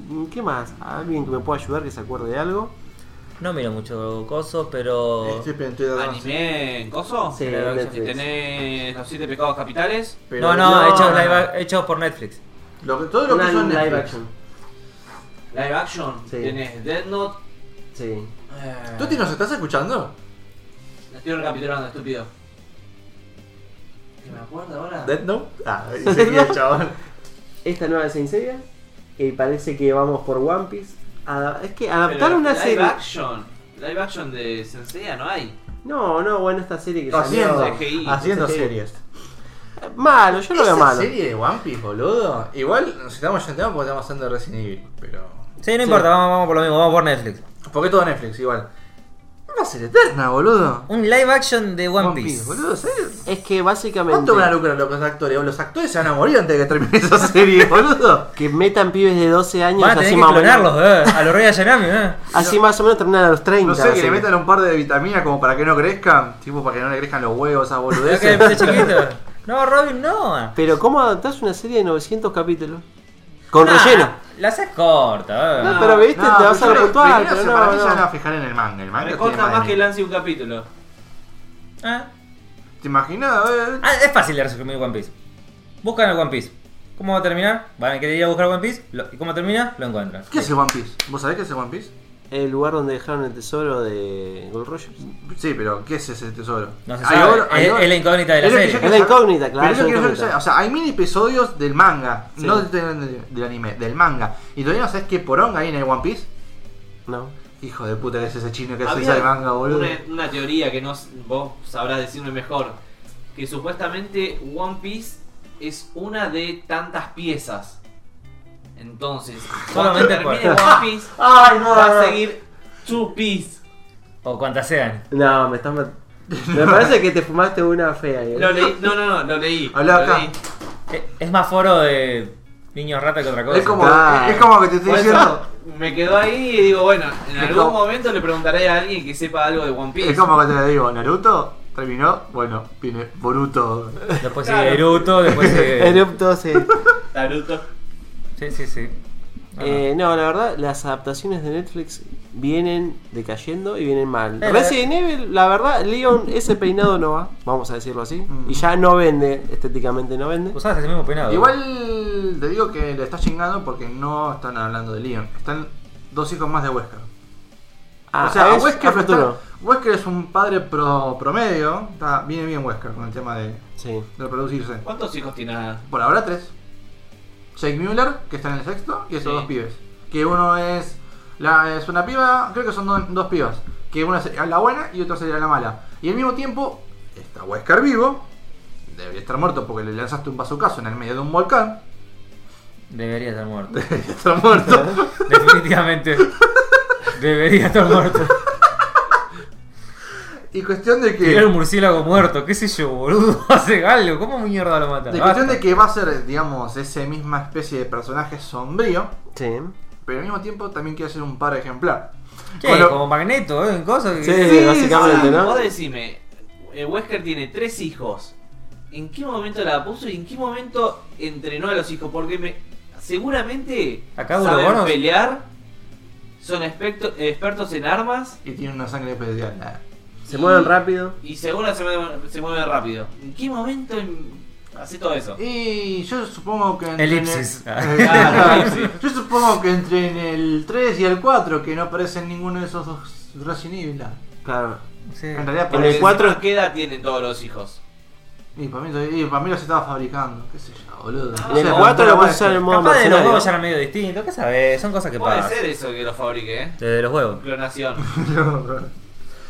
mm, ¿qué más? ¿Alguien que me pueda ayudar que se acuerde de algo?
No miro mucho cosos, pero.
Estoy pendiente de Dragon Ball.
¿Anime en coso?
Sí,
Si
Netflix.
tenés los siete pecados capitales.
Pero
No, no, hechos
no.
live ac- hechos por Netflix.
Lo que- todo lo que
Una
son
live
Netflix.
action.
Live action.
Sí.
Tenés Dead Note.
Sí.
eh,
¿Tú te nos estás escuchando?
Estoy recapitulando, estúpido. ¿Que me acuerdo ahora?
Dead Note. Ah, ahí seguía, chaval.
Esta nueva de Saint Seiya, y parece que vamos por One Piece. Ada- es que
Pero
adaptar una
live
serie.
action. Live action de Sensei no hay.
No, no, bueno, esta serie que
Haciendo,
salió.
CGI.
haciendo
CGI.
series.
Malo, yo lo veo
¿Esa
malo.
serie de One Piece, boludo? Igual nos estamos yendo porque estamos haciendo Resident Evil, pero...
Sí, no importa, vamos, vamos por lo mismo, vamos por Netflix.
Porque todo Netflix, igual. Va a ser eterna, boludo.
Un live action de One, Piece.
boludo, ¿sabes?
Es que básicamente.
¿Cuánto van a lucrar los actores? Los actores se van a morir antes de que termine esa serie, boludo.
Que metan pibes de 12 años
Van a
así,
tener que
más o
clonarlos,
menos,
eh, a los Rey Ayanami, eh.
así más o menos terminan a los 30.
No sé,
la
que le
serie.
metan un par de vitaminas como para que no crezcan. Tipo, para que no le crezcan los huevos a
Creo que
boludeces.
empecé chiquito. No, Robin, no.
Pero ¿cómo adaptás una serie de 900 capítulos? Con
Nah,
relleno.
Ah, La haces corta, eh.
Ah. No, pero viste,
No,
Este te vas a
pero yo creo-
puntuar,
primero
pero
se- para mí se van
no,
a
no.
fijar en el manga. El manga
Me
tiene
corta más que
anime.
lance un capítulo.
Ah.
¿Te imaginas? Eh,
Ah, es fácil de resumir One Piece. Buscan el One Piece. ¿Cómo va a terminar? Van a querer ir a buscar One Piece. lo- ¿Y cómo termina? Lo encuentran.
¿Qué es el One Piece? ¿Vos sabés qué es el One Piece?
El lugar donde dejaron el tesoro de Gold Rogers.
Sí, pero ¿qué es ese tesoro?
No se
Hay
sabe,
oro- hay
es-
oro-
es la incógnita de la
lo que
serie.
yo
Es
quiero
la
saber.
incógnita, claro,
Pero
es
yo
la
quiero saber-
incógnita.
o sea, hay mini episodios del manga,
Sí.
no del, del- del anime, del manga. Y todavía no sabes qué poronga hay en el One Piece.
No.
Hijo de puta que es ese chino que se
Había
hizo el manga, boludo.
Una, una teoría que no, s- vos sabrás decirme mejor. Que supuestamente One Piece es una de tantas piezas. Entonces, cuando
Solamente
termine One
por-
Piece,
Ay,
va a seguir Two Piece.
O cuantas sean.
No, me estás mat- Me parece que te fumaste una fea. ¿eh?
Lo leí, no, no, no, lo leí.
Hablá
lo
acá.
leí.
Eh, Es más foro de niños rata que otra cosa.
Es como,
Claro.
es como que te estoy
Por
diciendo.
eso me quedó ahí y digo, bueno, en
Es
algún
como-
momento le preguntaré a alguien que sepa algo de One Piece.
Es como que te digo, Naruto terminó, bueno, viene Boruto.
Después
Claro.
sigue Naruto, después sigue...
Erupto, sí.
Naruto.
Sí, sí, sí. Ajá.
Eh, no, la verdad, las adaptaciones de Netflix vienen decayendo y vienen mal.
Eh, la-
Resident Evil, la verdad, Leon, ese peinado no va, vamos a decirlo así.
Mm.
Y ya no vende, estéticamente no vende.
Usabas ese mismo peinado.
Igual te digo que le estás chingando porque no están hablando de Leon. Están dos hijos más de Wesker.
Ah,
o sea,
es
Wesker,
a
no está-
futuro.
Wesker es un padre pro, promedio. Está, viene bien Wesker con el tema de,
Sí.
de reproducirse.
¿Cuántos hijos tiene?
Por ahora tres. Jake Mueller, que está en el sexto, y esos
Sí.
dos pibes. Que uno es. La, es una piba, creo que son do- dos pibas. Que una sería la buena y otra sería la mala. Y al mismo tiempo, está Wesker vivo. Debería estar muerto porque le lanzaste un bazucazo en el medio de un volcán.
Debería estar muerto.
Debería estar muerto.
Definitivamente. Debería estar muerto.
y cuestión de
Tirar
que.
un murciélago muerto, qué sé yo, boludo. Hace algo. ¿Cómo mierda lo mata?
De cuestión
Basta.
de que va a ser, digamos, esa misma especie de personaje sombrío.
Sí.
Pero al mismo tiempo también quiere ser un par ejemplar.
¿Qué?
Con lo-
Como magneto, ¿eh? Cosas que-
Sí,
Sí,
básicamente,
sí,
¿no?
Vos decime, eh, Wesker tiene tres hijos. ¿En qué momento la puso y en qué momento entrenó a los hijos? Porque me, seguramente
Acá hubo
saben
bonos.
pelear, son expecto- expertos en armas
Y tiene una sangre especial. eh.
Se mueven rápido.
y seguro se mueven, se mueven rápido. ¿En qué momento en- hace todo eso?
Y yo supongo que. entre-
Elipsis.
Eh,
Ah,
yo supongo que entre en el 3 y el 4, que no aparecen ninguno de esos dos Resident Evil. ah.
Claro.
Sí.
En realidad,
En
para,
el
Porque
cuatro-
encima, ¿Qué edad tienen todos los hijos?
y para, mí, todavía- y para mí los estaba fabricando. ¿Qué sé yo, boludo?
En
No
el
sé,
cuatro
pero
lo
bueno,
vas a usar en modo
Capaz de los
mercenario.
huevos ya eran medio distintos, ¿qué sabes? Son cosas que
Puede
pasan.
ser eso que lo fabrique, ¿eh?
Desde los huevos.
Clonación.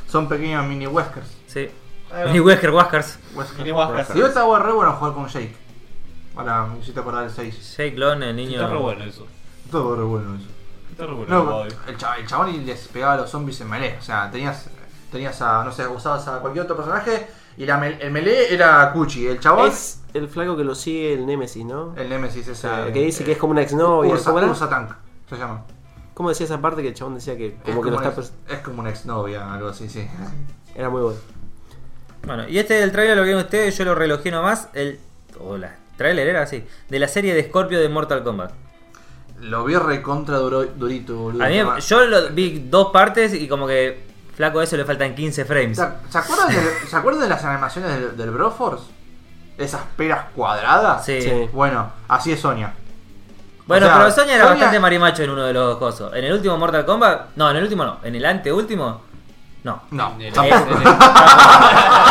Son pequeños mini Weskers.
Sí.
Ahí va.
Ni Wesker, Waskers.
Weskers.
Mini Weskers.
Y yo estaba re bueno jugar con Jake. Ahora me hiciste acordar el 6.
Jake Lon, el niño.
Está re bueno eso.
Todo re bueno eso.
Está re bueno.
No, el, cha- el chabón y les pegaba a los zombies en melee. O sea, tenías, tenías a, no sé, usabas a cualquier otro personaje y la mel- el melee era Cuchi. El chabón,
Es el flaco que lo sigue el Nemesis, ¿no?
el Nemesis ese.
que dice que es como una exnovia.
Eh, Ursa,
¿cómo era?
Ursa Tank, se llama.
¿Cómo decía esa parte que el chabón decía que como que lo
una
está
ex- es como una exnovia, algo así, sí.
pres- Era muy bueno.
Bueno, y este del trailer lo vieron ustedes, yo lo relojé nomás. El. Hola, trailer era así. De la serie de Scorpio de Mortal Kombat.
Lo vi recontra duro- durito, boludo.
A mí,
Estaba-
yo lo vi dos partes y como que. Flaco, a eso le faltan 15 frames.
¿Se se acuerdan, de, ¿Se acuerdan de las animaciones del, del Broforce? Esas peras cuadradas.
Sí.
Sí.
Bueno, así es Sonia.
Bueno,
O sea,
pero Sonya era
Sonya-
bastante marimacho en uno de los cosos. En el último Mortal Kombat. No, en el último no. En el anteúltimo. No.
No,
En el-
tampoco.
en el-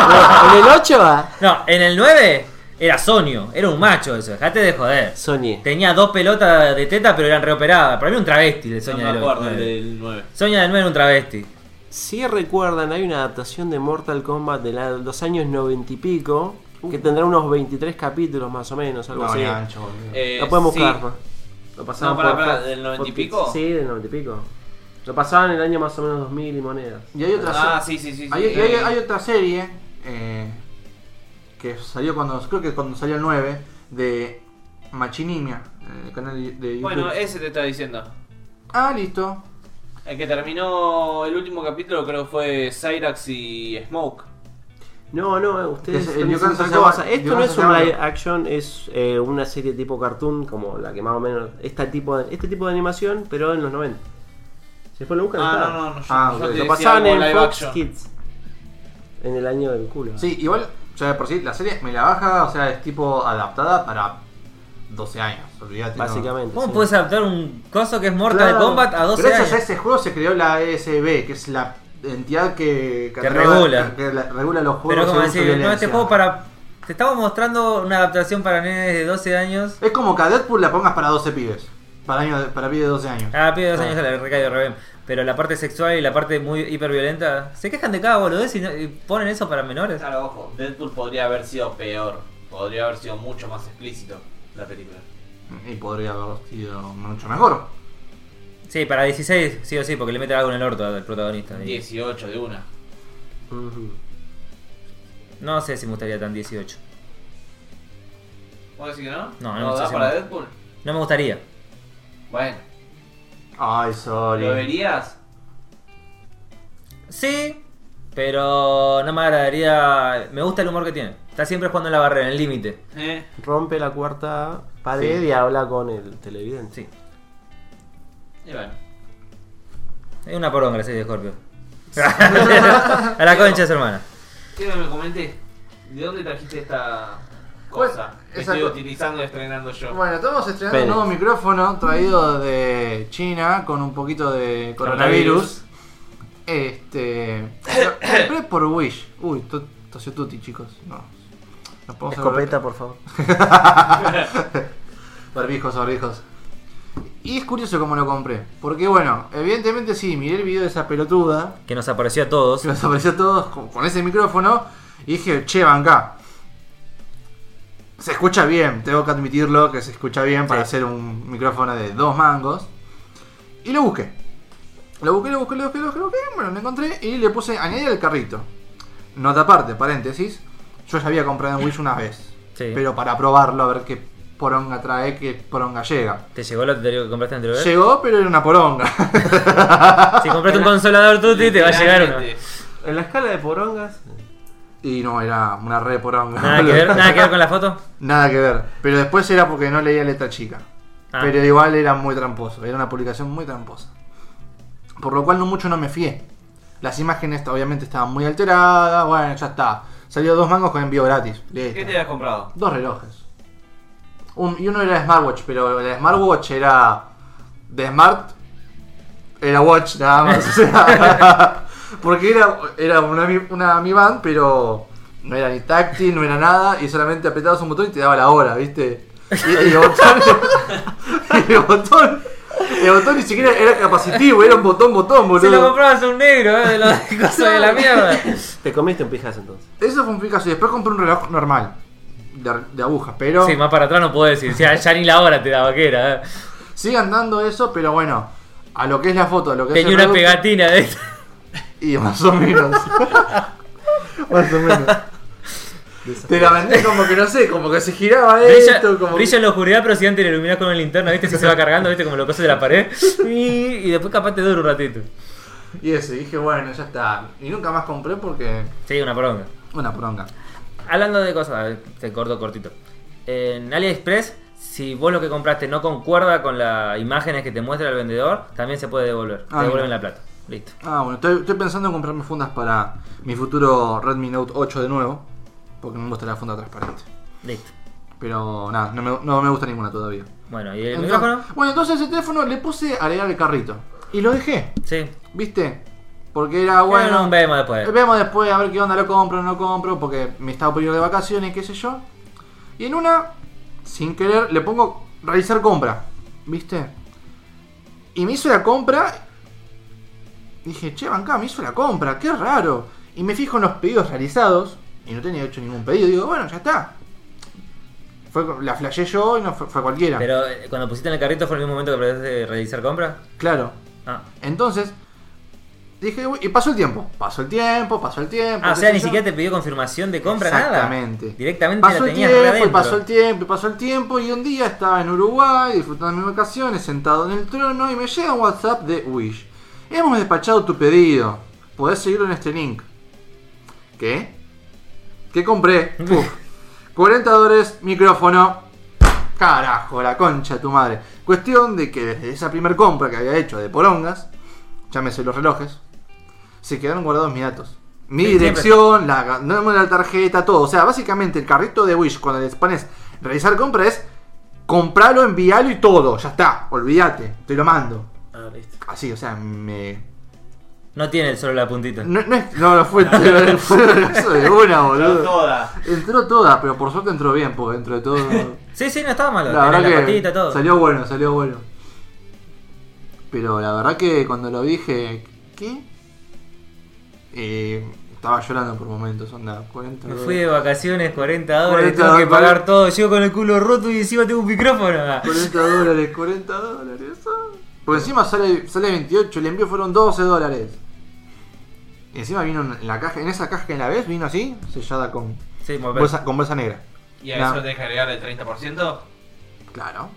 Bueno, en el 8 ah,
No, en el 9 era Sonio. Era un macho eso, dejate de joder.
soñé.
Tenía dos pelotas de teta, pero eran reoperadas. Para mí un travesti de Sonia
no me
del
acuerdo, el
9.
del 9.
Sonia del 9 era un travesti.
Si recuerdan, hay una adaptación de Mortal Kombat de la- los años 90 y pico, que tendrá unos 23 capítulos más o menos, algo
Uh. No,
así.
ni ancho, boludo.
Eh,
Lo podemos
sí.
buscar. ¿no? Lo pasaban
No, pará,
por-
pará, ¿del 90 y
por-
pico?
Sí, del 90 y pico. Lo pasaban en el año más o menos 2000 y monedas.
Y hay otra
Ah,
se-
sí, sí, sí. sí.
hay, y hay- hay otra serie eh, que salió cuando. Creo que cuando salió el 9 de Machinimia, el canal de YouTube.
eh,
Bueno, ese te está diciendo.
Ah, listo.
El que terminó el último capítulo creo que fue Cyrax y Smoke.
No, no, ustedes
Es- eh,
están
el
diciendo
Yukan
otra cosa.
Sasebo-
Esto
Yukan
no es
Sasebo.
un live action, es eh, una serie tipo cartoon, como la que más o menos. Este tipo de, este tipo de animación, pero en los 90. Si después lo buscan,
Ah,
está.
no, no, no. Yo,
Ah,
yo
ok.
te
Lo
decía
pasaban
como
en
live
Fox
action.
Kids. En el año del culo.
Sí, igual, ya de por sí, la serie me la baja, o sea, es tipo adaptada para 12 años, olvídate. no.
Básicamente.
¿Cómo
sí.
puedes adaptar un coso que es Mortal
Claro.
Kombat a 12
Gracias
años?
a ese juego se creó la ESB, que es la entidad que,
Que
atraba-
regula.
que la- regula los
Pero
juegos.
como
según su
decir, no, este
violencia.
juego para. Te estamos mostrando una adaptación para nenes de 12 años.
Es como que a Deadpool la pongas para 12 pibes, para, años, para pibes de 12 años.
Ah, pide dos años a la recaída de Rebem. Pero la parte sexual y la parte muy hiperviolenta. Se quejan de cada boludez y, no- y ponen eso para menores.
Claro, ojo, Deadpool podría haber sido peor. Podría haber sido mucho más explícito la película.
Y podría haber sido mucho mejor.
Sí, para 16, sí o sí, porque le mete algo en el orto al protagonista. Y
18 de una.
Ujú.
No sé si me gustaría tan 18.
¿Vos decís que no?
No, no me
¿No da
gusta
para
ese-
Deadpool?
No me gustaría.
Bueno,
Ay, sorry.
¿lo verías?
Sí, pero no me agradaría. Me gusta el humor que tiene. Está siempre jugando en la barrera, en el límite.
¿Eh?
Rompe la cuarta pared
Sí.
y habla con el televidente.
Sí.
Y bueno.
Es una poronga la serie de Scorpio. a la concha de su hermana.
Quiero que me comentes, ¿de dónde trajiste esta cosa?
Bueno,
que
esa
estoy
co-
utilizando y estrenando yo.
Bueno, estamos estrenando
Pérez.
un nuevo micrófono traído de China con un poquito de coronavirus. Este. lo compré por Wish. Uy, to- tosió Tuti, chicos. No. Nos podemos
Escopeta, por favor.
Barbijos, barbijos. Y es curioso cómo lo compré. Porque, bueno, evidentemente sí, miré el video de esa pelotuda.
Que nos apareció a todos.
Se nos apareció a todos con, con ese micrófono. Y dije, che, banca. Se escucha bien, tengo que admitirlo que se escucha bien para hacer un micrófono de dos mangos. Y lo busqué. Lo busqué, lo busqué, lo busqué, lo busqué, lo busqué. Bueno, lo encontré y le puse añadir al carrito. Nota aparte, paréntesis. Yo ya había comprado en Wish una vez.
Sí.
Pero para probarlo, a ver qué poronga trae, qué poronga llega.
¿Te llegó lo anterior que compraste anterior? vez?
Llegó, pero era una poronga.
Si compraste un consolador Tuti, te va a llegar uno.
Literalmente.
En la escala de porongas.
y no, era una re poronga.
Nada que ver, nada que ver con la foto.
Nada que ver. Pero después era porque no leía letra chica.
Ah.
Pero igual era muy tramposo. Era una publicación muy tramposa. Por lo cual no mucho no me fié. Las imágenes obviamente estaban muy alteradas. Bueno, ya está. Salió dos mangos con envío gratis. Listo.
¿Qué te has comprado?
Dos relojes. Un- y uno era smartwatch, pero el smartwatch era de smart. Era watch nada más. o sea, porque era, era una, Mi- una Mi Band, pero no era ni táctil, no era nada. Y solamente apretabas un botón y te daba la hora, ¿viste? Y, y el botón... y el botón... El botón ni siquiera era capacitivo, era un botón, botón,
Si lo
boludo.
comprabas a un negro, eh, de los cosas de la mierda.
Te comiste un pijazo entonces.
Eso fue un Picasso. Y después compré un reloj normal. De, de agujas, pero...
Sí, más para atrás no puedo decir. Ya, ya ni la hora te daba que era. eh.
Sigan dando eso, pero bueno, a lo que es la foto, a lo que es
Tenía
el
una
producto-
pegatina de esto.
Y más o menos. más o menos.
de esas
Te la vendés como que no sé, como que se giraba
Brilla,
esto, como
brilla en la oscuridad, pero si antes lo iluminás con una linterna, ¿viste? Si se va cargando, ¿viste? Como lo cosas de la pared. Y, y después capaz te dura un ratito.
Y eso, y dije, bueno, ya está. Y nunca más compré porque.
Sí, una poronga.
Una poronga.
Hablando de cosas, a ver, te corto cortito. En AliExpress, si vos lo que compraste no concuerda con las imágenes que te muestra el vendedor, también se puede devolver.
Ah,
te devuelven
mira.
la plata. Listo.
Ah, bueno, estoy, estoy pensando en comprarme fundas para mi futuro Redmi Note 8 de nuevo. Porque me gusta la funda transparente.
Listo.
Pero nada, no me, no me gusta ninguna todavía.
Bueno, ¿y el
Entonces-
micrófono?
Bueno, entonces el teléfono le puse agregar el carrito. Y lo dejé,
Sí.
¿viste? Porque
Bueno,
era ah, bueno.
nos vemos después.
Vemos después a ver qué onda, lo compro, no lo compro, porque me estaba por ir de vacaciones, qué sé yo. Y en una, sin querer, le pongo realizar compra, ¿viste? Y me hizo la compra. Dije, che, banca, me hizo la compra, qué raro. Y me fijo en los pedidos realizados, y no tenía hecho ningún pedido. Digo, bueno, ya está. Fue, la flashé yo y no fue, fue cualquiera.
Pero eh, cuando pusiste en el carrito fue el mismo momento que aprendiste a realizar compras.
Claro.
Ah,
Entonces, dije, "Uy", y pasó el tiempo. Pasó el tiempo, pasó el tiempo.
Ah, o
qué
sea,
sé
ni
yo.
siquiera te pidió confirmación de compra,
Exactamente.
nada. Directamente
Pasó
la
el
tenías
tiempo,
re
y
adentro.
pasó el tiempo, y pasó el tiempo, y un día estaba en Uruguay disfrutando de mis vacaciones, sentado en el trono, y me llega un WhatsApp de Wish. Hemos despachado tu pedido. Podés seguirlo en este link. ¿Qué? ¿Qué compré? Puf. 40 dólares, micrófono. Carajo, la concha de tu madre. Cuestión de que desde esa primer compra que había hecho de porongas, llámese los relojes, se quedaron guardados mis datos. Mi
Sí,
dirección, la, el número de la tarjeta, todo. O sea, básicamente el carrito de Wish cuando les pones realizar compra es comprarlo, enviarlo y todo. Ya está, olvídate, te lo mando.
Ah, listo.
Así, o sea, me...
No tiene solo la puntita.
No, no, es- no, no fue, fue eso de una,
Pero
boludo.
toda.
Entró toda, pero por suerte entró bien, porque dentro de todo...
Sí, sí, no estaba malo.
La
tenía
verdad
la
que
patita, todo.
salió bueno, salió bueno. Pero la verdad que cuando lo dije, ¿qué? Eh, estaba llorando por momentos, onda, 40
Me
dólares.
fui de vacaciones, 40 dólares,
40
tengo que
dólares.
pagar todo. Llego con el culo roto y encima tengo un micrófono. Ah.
40 dólares, 40 dólares. ah. Por encima sale, sale 28, el envío fueron 12 dólares. Y encima vino en la caja, en esa caja que la ves, vino así, sellada con
Sí, me
bolsa, con bolsa negra.
¿Y a
No.
eso tenés que agregar el 30%?
Claro.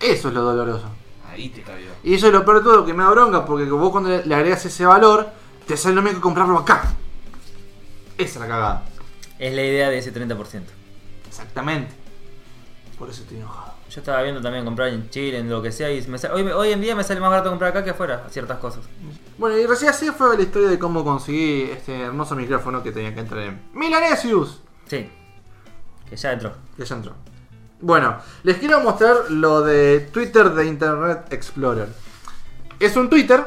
Eso es lo doloroso.
Ahí te cabió.
Y eso es lo peor de todo, que me da bronca, porque vos cuando le le agregas ese valor, te sale lo mismo que comprarlo acá. Esa es la cagada.
Es la idea de ese 30%.
Exactamente. Por eso estoy enojado.
Yo estaba viendo también comprar en Chile, en lo que sea, y me sa- hoy, me- hoy en día me sale más barato comprar acá que afuera, ciertas cosas.
Bueno, y recién así fue la historia de cómo conseguí este hermoso micrófono que tenía que entrar en Milanesius.
Sí. Que ya entró.
Que ya entró. Bueno, les quiero mostrar lo de Twitter de Internet Explorer. Es un Twitter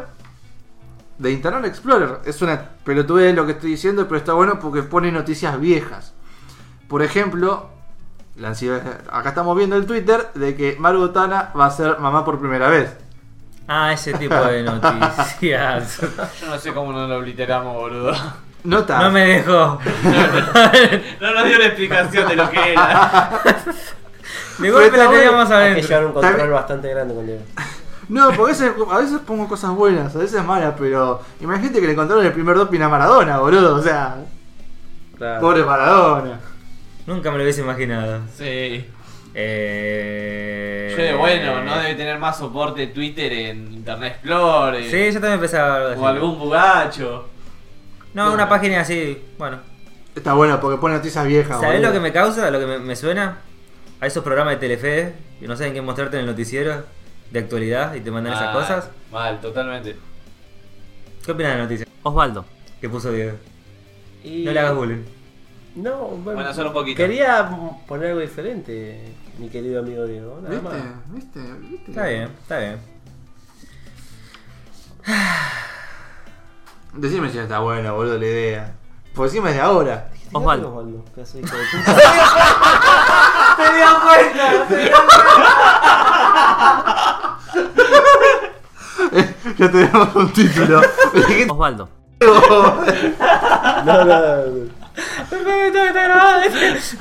de Internet Explorer. Es una pelotudez lo que estoy diciendo, pero está bueno porque pone noticias viejas. Por ejemplo, la ansiedad- acá estamos viendo el Twitter de que Margot Tana va a ser mamá por primera vez.
Ah, ese tipo de noticias.
Yo no sé cómo no lo obliteramos, boludo.
Nota.
No me dejó.
No nos dio una explicación de lo que era.
De golpe la
Pero
teníamos
Hay que llevar
adentro.
un control
También-
bastante grande con Leo.
No, porque a veces, a veces pongo cosas buenas, a veces malas, pero imagínate que le encontraron el primer doping a Maradona, boludo. O sea, pobre Maradona.
Nunca me lo hubiese imaginado.
Sí.
Eh...
Che, bueno, no debe tener más soporte Twitter en Internet Explorer.
Sí, yo también pensaba algo así.
O algún bugacho.
No, una página así, bueno.
Está bueno porque pone noticias viejas.
¿Sabés
Ah, boludo.
lo que me causa? ¿Lo que me, me suena? A esos programas de Telefe que no saben qué mostrarte en el noticiero de actualidad y te mandan esas
Mal,
cosas.
Ah, Mal, totalmente.
¿Qué opinas de la noticia? Osvaldo. Que puso Diego.
Y-
No le hagas bullying.
No, bueno.
Bueno, solo un poquito.
Quería mm, poner algo diferente, mi querido amigo Diego. Nada
¿Viste?
más.
¿Viste? ¿Viste?
Está bien, está bien.
Decime si está buena, boludo, la idea. Por encima es de ahora.
Osvaldo.
Osvaldo, pedazo de hijo de puta.
¡Se dio cuenta! ¡Se dio
ya tenemos un título.
Osvaldo.
No, no, no.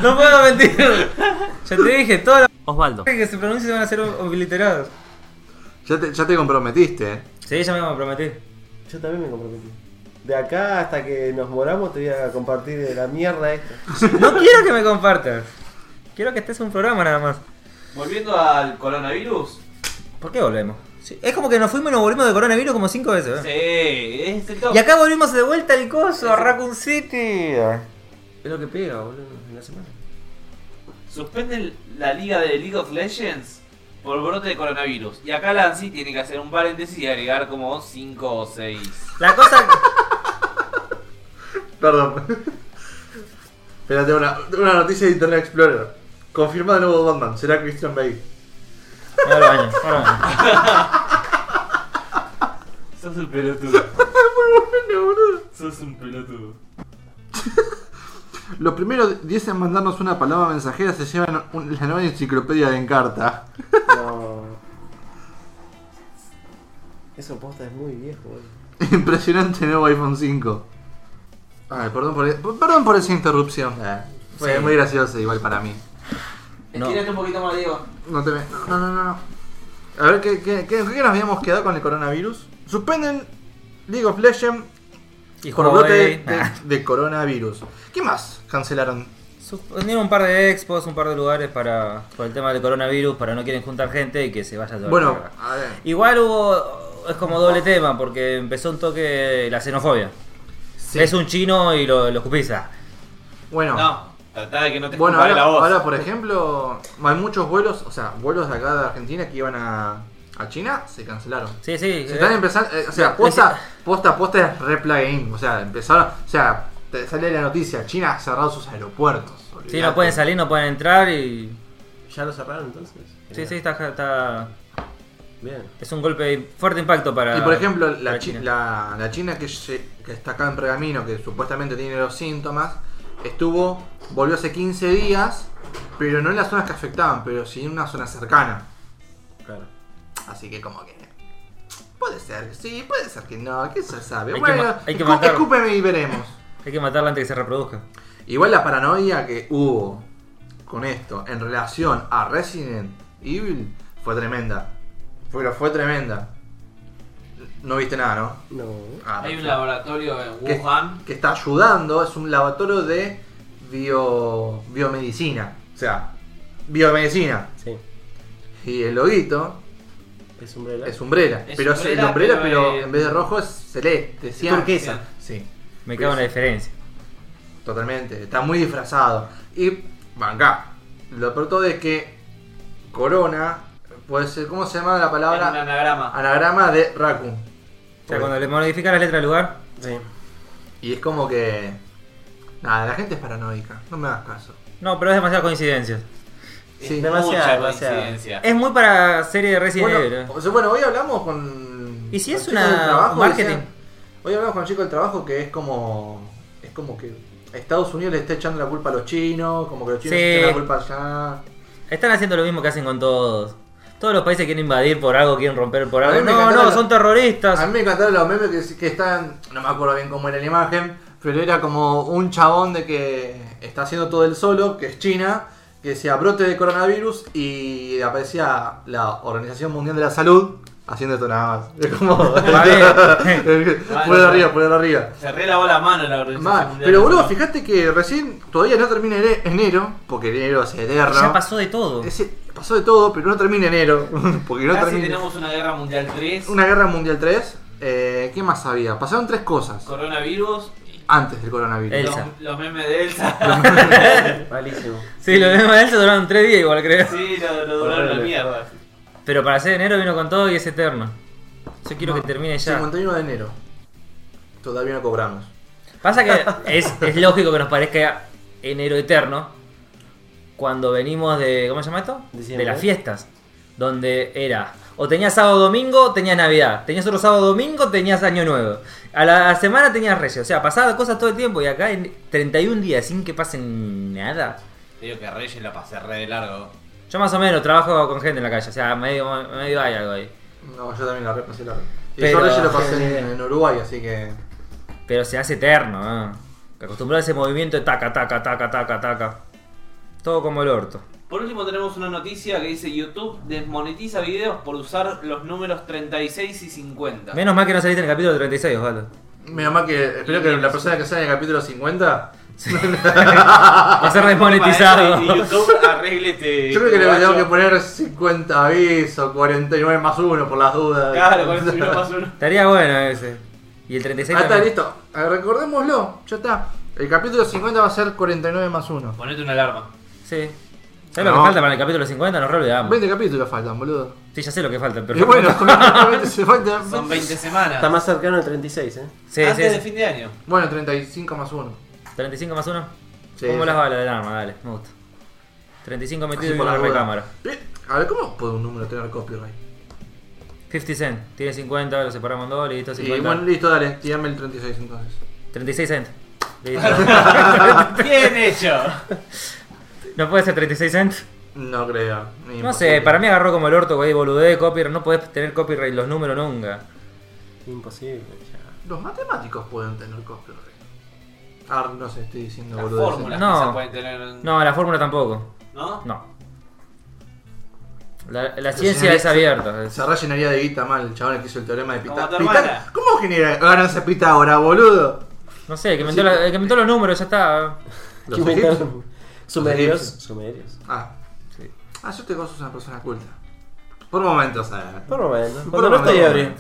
No puedo mentir. Ya te dije, todas las Osvaldo. que se pronuncien se van a ser obliterados.
ya, te, ya te comprometiste. eh.
Sí, ya me comprometí.
Yo también me comprometí. de acá hasta que nos moramos te voy a compartir de la mierda esto.
No quiero que me compartas. Quiero que estés en un programa nada más.
Volviendo al coronavirus.
¿Por qué volvemos? Sí, Es como que nos fuimos y nos volvimos de coronavirus como cinco veces. ¿eh?
Sí, es el top.
Y acá volvimos de vuelta al coso, a Raccoon City.
Es lo que pega, boludo, en la semana.
Suspenden la liga de League of Legends por brote de coronavirus. Y acá Lancy tiene que hacer un paréntesis y agregar como 5 o 6.
La cosa.
Perdón. Espérate, una, una noticia de Internet Explorer. Confirma de nuevo Batman, será Christian Bale.
Ahora baño, ahora baño.
Sos un pelotudo.
boludo.
Sos un pelotudo.
Los primeros 10 en mandarnos una palabra mensajera se llevan un- la nueva enciclopedia de Encarta.
No. Eso posta es muy viejo, boludo.
Impresionante nuevo iPhone 5. Ay, perdón por, e- perdón por esa interrupción. Eh, fue
Sí.
muy gracioso igual para mí.
No.
Estírate un poquito más, Diego.
No te ve- No, no, no, no. A ver, ¿qué, qué, qué, qué nos habíamos quedado con el coronavirus? Suspenden League of Legends
Y
por brote de,
Huawei, nah.
de coronavirus. ¿Qué más cancelaron?
Suspendieron un par de expos, un par de lugares para por el tema del coronavirus, para no quieren juntar gente y que se vaya todo el
Bueno,
carajo.
a ver.
Igual hubo. Es como doble tema, porque empezó un toque la xenofobia.
Sí.
Es un chino y lo, lo escupiza.
Bueno,
No, tratá de que no te
bueno
escupa de
ahora,
la voz.
ahora, por ejemplo, hay muchos vuelos, o sea, vuelos de acá de Argentina que iban a, a China, se cancelaron.
Sí, sí.
Se
eh,
están empezando, eh, o sea, posta, posta, posta es re plugin, o sea, empezaron, o sea, te sale la noticia, China ha cerrado sus aeropuertos.
sí,
olvidate.
no pueden salir, no pueden entrar y.
¿Ya lo cerraron entonces?
Sí, sí, está. está-
Bien.
es un golpe de fuerte impacto para.
Y por ejemplo, la,
para
chi- la, la China que, lle- que está acá en Pergamino, que supuestamente tiene los síntomas, estuvo, volvió hace 15 días, pero no en las zonas que afectaban, pero sí en una zona cercana.
Claro.
Así que como que... Puede ser que sí, puede ser que no, que se sabe.
Hay que
bueno,
ma- hay que
escú-
matarlo.
escúpeme y veremos.
Hay que matarla antes que se reproduzca.
Igual la paranoia que hubo con esto en relación a Resident Evil fue tremenda. Pero fue tremenda. No viste nada, ¿no?
No.
Ah,
Hay un
perfecto.
laboratorio en
que,
Wuhan.
que está ayudando, es un laboratorio de bio, biomedicina. O sea, biomedicina.
Sí.
Y el loguito
Es umbrella.
es umbrela.
Es
pero es el
Umbrella,
umbrella,
pero,
pero,
eh,
en vez de rojo es celeste, cian.
turquesa.
Sí,
Me cago en la
Sí.
diferencia.
totalmente. Está muy disfrazado. Y acá. Lo peor todo es que Corona puede ser, ¿cómo se llama la Ah,
En un
palabra?
anagrama.
Anagrama de Raccoon.
O sea, cuando le modifican las letras al lugar.
Sí.
Y es como que. Nada, la gente es paranoica. No me hagas caso.
No, pero es demasiada coincidencia.
Sí. Eh,
es
demasiada,
mucha
demasiada.
coincidencia.
Es muy para serie de Resident Evil.
Bueno,
¿eh?
o sea, bueno, hoy hablamos con.
¿Y si
con
es
chicos
una-
del trabajo,
un marketing?
decían- hoy hablamos con chicos del trabajo que es como. Es como que Estados Unidos le está echando la culpa a los chinos, como que los chinos
Sí.
le echan la culpa allá.
Están haciendo lo mismo que hacen con todos. Todos los países quieren invadir por algo, quieren romper por
A
algo.
mí me
No,
encantaron
no,
los-
son terroristas.
A mí me encantaron los memes que, que están. No me acuerdo bien cómo era la imagen, pero era como un chabón de que está haciendo todo el solo, que es China, que decía brote de coronavirus y aparecía la Organización Mundial de la Salud haciendo esto nada más. Es como. Por arriba, por arriba.
Se re lavó la mano la organización.
Mal.
mundial
Pero
de la
boludo,
salud.
fíjate que recién todavía no termina ene- enero, porque enero es eterno.
Ya pasó de todo.
Es- pasó de todo, pero no termina enero. Porque no
Casi
termina.
tenemos una guerra mundial 3,
Una guerra mundial 3. eh, ¿Qué más había? Pasaron tres cosas
coronavirus y
antes del coronavirus.
El-
los,
Elsa.
los memes de Elsa.
Malísimo.
Sí, los mismos de él se duraron tres días igual, creo.
Sí, lo, lo duraron la
Horrible.
mierda.
Pero para ser enero vino con todo y es eterno. Yo quiero
No,
que termine ya.
51 de enero. Todavía no cobramos.
Pasa que es, es lógico que nos parezca enero eterno cuando venimos de. ¿Cómo se llama esto?
Diciembre.
De las fiestas. Donde era. O tenías sábado domingo, tenías Navidad. Tenías otro sábado domingo, tenías Año Nuevo. A la semana tenías Reyes. O sea, pasaban cosas todo el tiempo. Y acá en 31 días sin que pasen nada.
Te digo que Reyes la pasé re de largo.
Yo más o menos trabajo con gente en la calle. O sea, medio, medio hay algo ahí.
No, yo también la repasé la Y
Pero-
yo Reyes lo pasé en, en Uruguay, así que.
Pero se hace eterno. ¿eh? Acostumbrar a ese movimiento de taca, taca, taca, taca, taca. Todo como el orto.
Por último tenemos una noticia que dice YouTube desmonetiza videos por usar los números 36 y 50.
Menos mal que no saliste en el capítulo 36, Osvaldo.
Menos mal que. Espero que la persona que sale en el capítulo 50. Ah.
Va a ser desmonetizado.
Y YouTube arregle este.
Yo creo que le
guacho.
tengo que poner 50 aviso, 49 más 1 por las dudas.
Claro, con eso uno más uno.
Estaría bueno ese. Y el 36
Ah, está
también.
listo. Ah, Recordémoslo, ya está. El capítulo 50 va a ser 49 más 1.
Ponete una alarma.
Sí. ¿Sabes lo
No.
que falta para el capítulo 50? Nos reolvidamos.
20 capítulos faltan, boludo.
Sí, ya sé lo que falta, pero.
Y bueno, solamente se faltan.
Son 20 semanas.
Está más cercano al 36, ¿eh?
Sí,
Antes
sí,
de
sí.
fin de año.
Bueno, 35 más 1.
35 más 1.
Sí.
Pongo las balas del arma, dale, me gusta. 35 metido y una recámara.
A ver, ¿cómo puede un número tener copyright?
50 Cent, tiene 50, lo separamos en dos, listo,
Y
50.
bueno, listo, dale, tirame el 36 entonces.
36 Cent. Listo.
Bien hecho.
¿No puede ser 36 Cent?
No creo.
No sé, para mí agarró como el orto, güey, boludé, copyright. No podés tener copyright los números nunca.
Imposible. ya.
Los matemáticos pueden tener copyright. Ah, no sé, estoy diciendo
Las
boludeces.
fórmulas
No.
que se pueden tener. en-
No, la fórmula tampoco.
¿No?
No. La, la
Pero
ciencia
si-
es abierta. es-
Se rellenaría de guita mal el chabón que hizo el teorema de
Como
Pitágoras.
tu hermana.
¿Cómo genera ganancia Pitágoras, boludo?
No sé, el que inventó, la- el que inventó los números, ya está.
Los
¿Qué
egipcios.
inventaron? Sumerios.
egipcios.
Sumerios.
Ah,
Sí.
ah yo te gozo una persona culta. Por momentos, eh.
Por momentos.
Por
Cuando no
momentos.
estoy ebrio.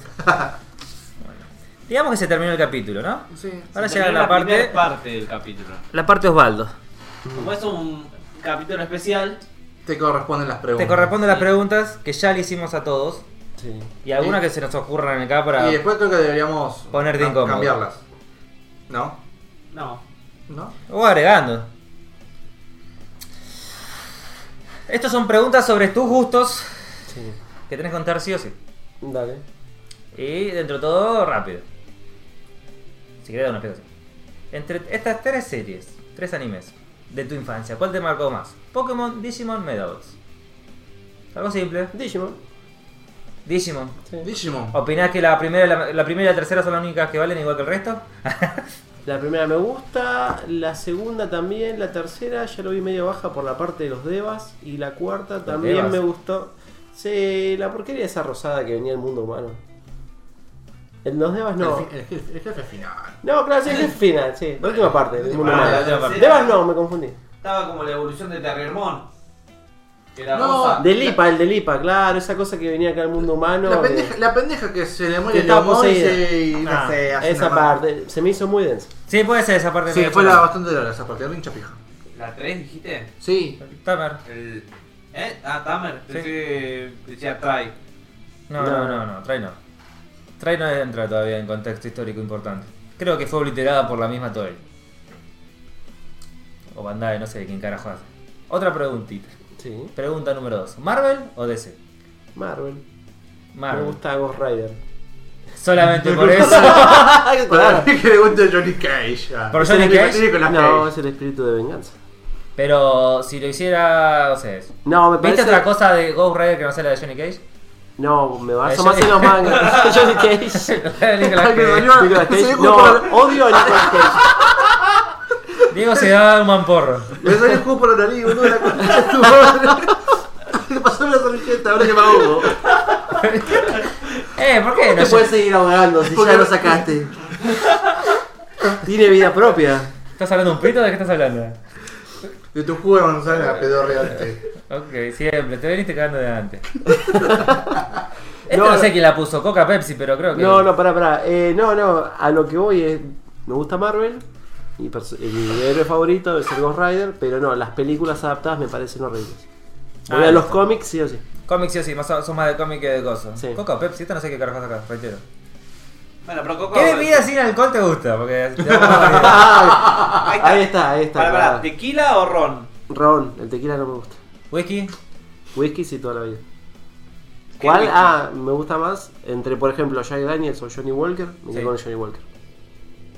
Digamos que se terminó el capítulo, ¿no?
Sí.
Ahora
Se
llega
terminó
la parte.
primera parte del capítulo.
La parte Osvaldo.
Como es un capítulo especial,
Te corresponden las preguntas.
Te corresponden las
Sí.
preguntas que ya le hicimos a todos.
Sí.
Y algunas
Sí.
que se nos ocurran acá para.
Y después creo que deberíamos
Ponerte
ca-
incómodo.
cambiarlas. ¿No?
no.
¿No?
O agregando. Estas son preguntas sobre tus gustos
Sí.
que tenés que contar sí o sí.
Dale.
Y dentro de todo, rápido. Si querés, dar una explicación. Entre estas tres series, tres animes de tu infancia, ¿cuál te marcó más? Pokémon, Digimon, Medabots. Algo simple.
Digimon.
Digimon.
Sí.
Digimon.
¿Opinás que la primera, y la, la primera y la tercera son las únicas que valen igual que el resto?
La primera me gusta, la segunda también, la tercera ya lo vi medio baja por la parte de los devas y la cuarta también
devas.
me gustó. Sí, la porquería esa rosada que venía el mundo humano. En los devas no.
El, fi- el jefe, el jefe final.
No, claro, sí, es final, sí. La última parte del mundo
Ah,
humano.
la última parte.
Devas no, me confundí.
Estaba como la evolución de Terriermon. Que era
No,
rosa.
Del IPA, el del IPA, claro, esa cosa que venía acá al mundo humano.
La
de-
pendeja, la pendeja que se le muere
eh. Que
el
estaba
amor y
poseída.
se- y no
Ah,
sé, hace
Esa
una mano.
parte, se me hizo muy densa.
Sí, puede ser esa parte.
Sí,
medio
fue la
chorra.
bastante larga esa parte, rincha pija.
¿La 3 dijiste?
Sí.
Tamer.
El... ¿Eh? Ah, Tamer. Pensé que decía Tai.
No, no,
No.
no, no, Tray no. Tray no entra todavía en contexto histórico importante. Creo que fue obliterada por la misma Toei. O Bandai, no sé de quién carajo hace. Otra preguntita.
Sí.
Pregunta número 2. ¿Marvel o DC?
Marvel. Me
Marvel.
gusta Ghost Rider.
Solamente por eso.
Para mí que le gusta Johnny Cage. ya.
Por
Ese
Johnny
es el que
Cage.
tiene con las
No,
Cage.
es el espíritu de venganza.
Pero si lo hiciera, no sé.
No, me
¿Viste
parece.
otra cosa de Ghost Rider que no sea la de Johnny Cage?
No, me baso
Eh,
más
Johnny-
en los mangas. Johnny Cage.
Nicolas
Ay, me
Cage.
dolió. Se
Nicolas Cage.
dio
No,
culpa por-
odio a Nicolas Cage.
Diego se da un mamporro.
Me salió el jugo por la nariz, boludo, la concha de tu madre. Le pasó la servilleta, ahora que me ahogo.
eh, ¿por qué? No,
No puedes seguir ahogando si
Porque
ya
no-
lo sacaste. Tiene vida propia.
¿Estás hablando de un pito? ¿De qué estás hablando?
De tu jugo de manzana, pedorreante.
Ok, siempre, te veniste cagando de antes. Esto
No,
no,
no.
sé quién la puso, Coca Pepsi, pero creo que.
No, no, pará, pará. Eh, no, no, a lo que voy es. Me gusta Marvel. Mi, perso- eh, mi héroe favorito es el Ghost Rider. Pero no, las películas adaptadas me parecen horribles. Voy
Ah,
a los
listo.
cómics, sí o sí.
Cómics sí o sí, más, son más de cómic que de cosas.
Sí.
Coca Pepsi, esta no sé qué carajo acá, reitero.
Bueno, pero Coco.
¿Qué bebida sin alcohol te gusta? Porque. te damos una variedad.
Ay,
Ahí
ahí está, ahí está.
Pará, pará,
pará.
¿Tequila o ron?
Ron, el tequila no me gusta.
Whisky,
Whisky sí toda la vida.
¿Qué
¿Cuál?
whisky?
Ah, me gusta más entre, por ejemplo, Jack Daniels o Johnny Walker. Me quedo
Sí.
con Johnny Walker.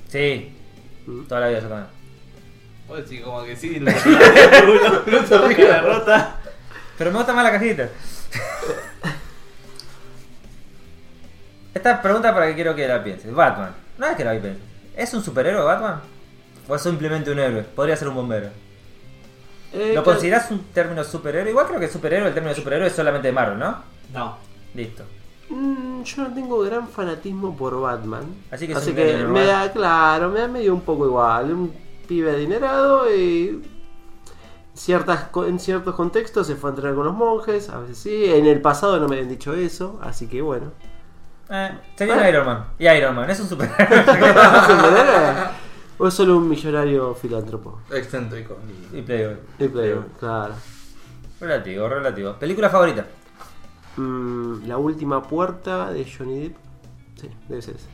sí.
Mm.
Toda la vida yo también.
Pues sí, como que sí. La la rota.
Pero me gusta más la cajita. Esta pregunta para que quiero que la pienses. Batman, no es que la pienses. ¿Es un superhéroe Batman? ¿O es simplemente un héroe? Podría ser un bombero.
Eh,
¿Lo
claro,
considerás un término superhéroe? Igual creo que superhéroe, el término superhéroe es solamente de Marvel, ¿no?
No.
Listo.
Mm, yo no tengo gran fanatismo por Batman.
Así que
Así
sos
que
medio
me
normal.
da, claro, me da medio un poco igual. Un pibe adinerado y ciertas co- en ciertos contextos se fue a entrenar con los monjes, a veces sí. En el pasado no me habían dicho eso, así que bueno.
Eh, se
Ah.
viene Iron Man. Y Iron Man, es un superhéroe.
o es solo un millonario filántropo.
Excéntrico.
y Playboy.
Y Playboy, claro.
Relativo, relativo. ¿Película favorita?
Mm, la última puerta de Johnny Depp. Sí, debe ser esa.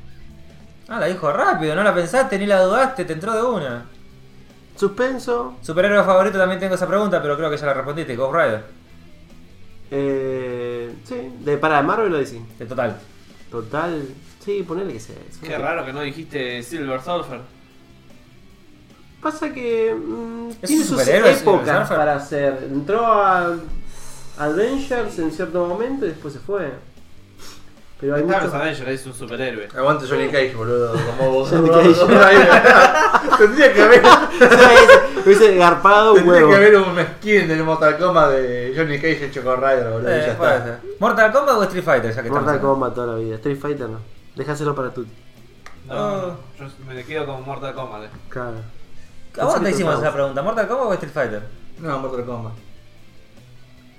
Ah, la dijo rápido, no la pensaste ni la dudaste, te entró de una.
Suspenso.
Superhéroe favorito también tengo esa pregunta, pero creo que ya la respondiste, Ghost Rider.
Eh, sí, de para de Marvel o DC.
De total.
Total. Sí, ponele que sea eso.
Qué raro que no dijiste Silver Surfer.
Pasa que. mm,
Es
tiene
un
sus
superhéroe, sí,
épocas
Surfer.
para hacer. Entró a Avengers en cierto momento y después se fue. Pero hay
Claro,
muchos.
Avenger es un superhéroe.
Aguante Johnny Cage, boludo. Como vos.
Johnny Cage.
Tendría que haber,
Hubiese garpado un
tendría que
huevo.
haber un skin del Mortal Kombat de Johnny Cage hecho con Rider, boludo. y
Eh,
ya
puede
está.
ser. ¿Mortal Kombat o Street Fighter? Ya que estamos
Mortal
acá?
Kombat toda la vida. Street Fighter no. Dejáselo para tú.
No,
Ah.
Oh.
yo me quedo con Mortal Kombat. eh.
Claro.
¿A vos
Pensé
te
que
hicimos
tocaba.
esa pregunta? ¿Mortal Kombat o Street Fighter?
No, Mortal Kombat.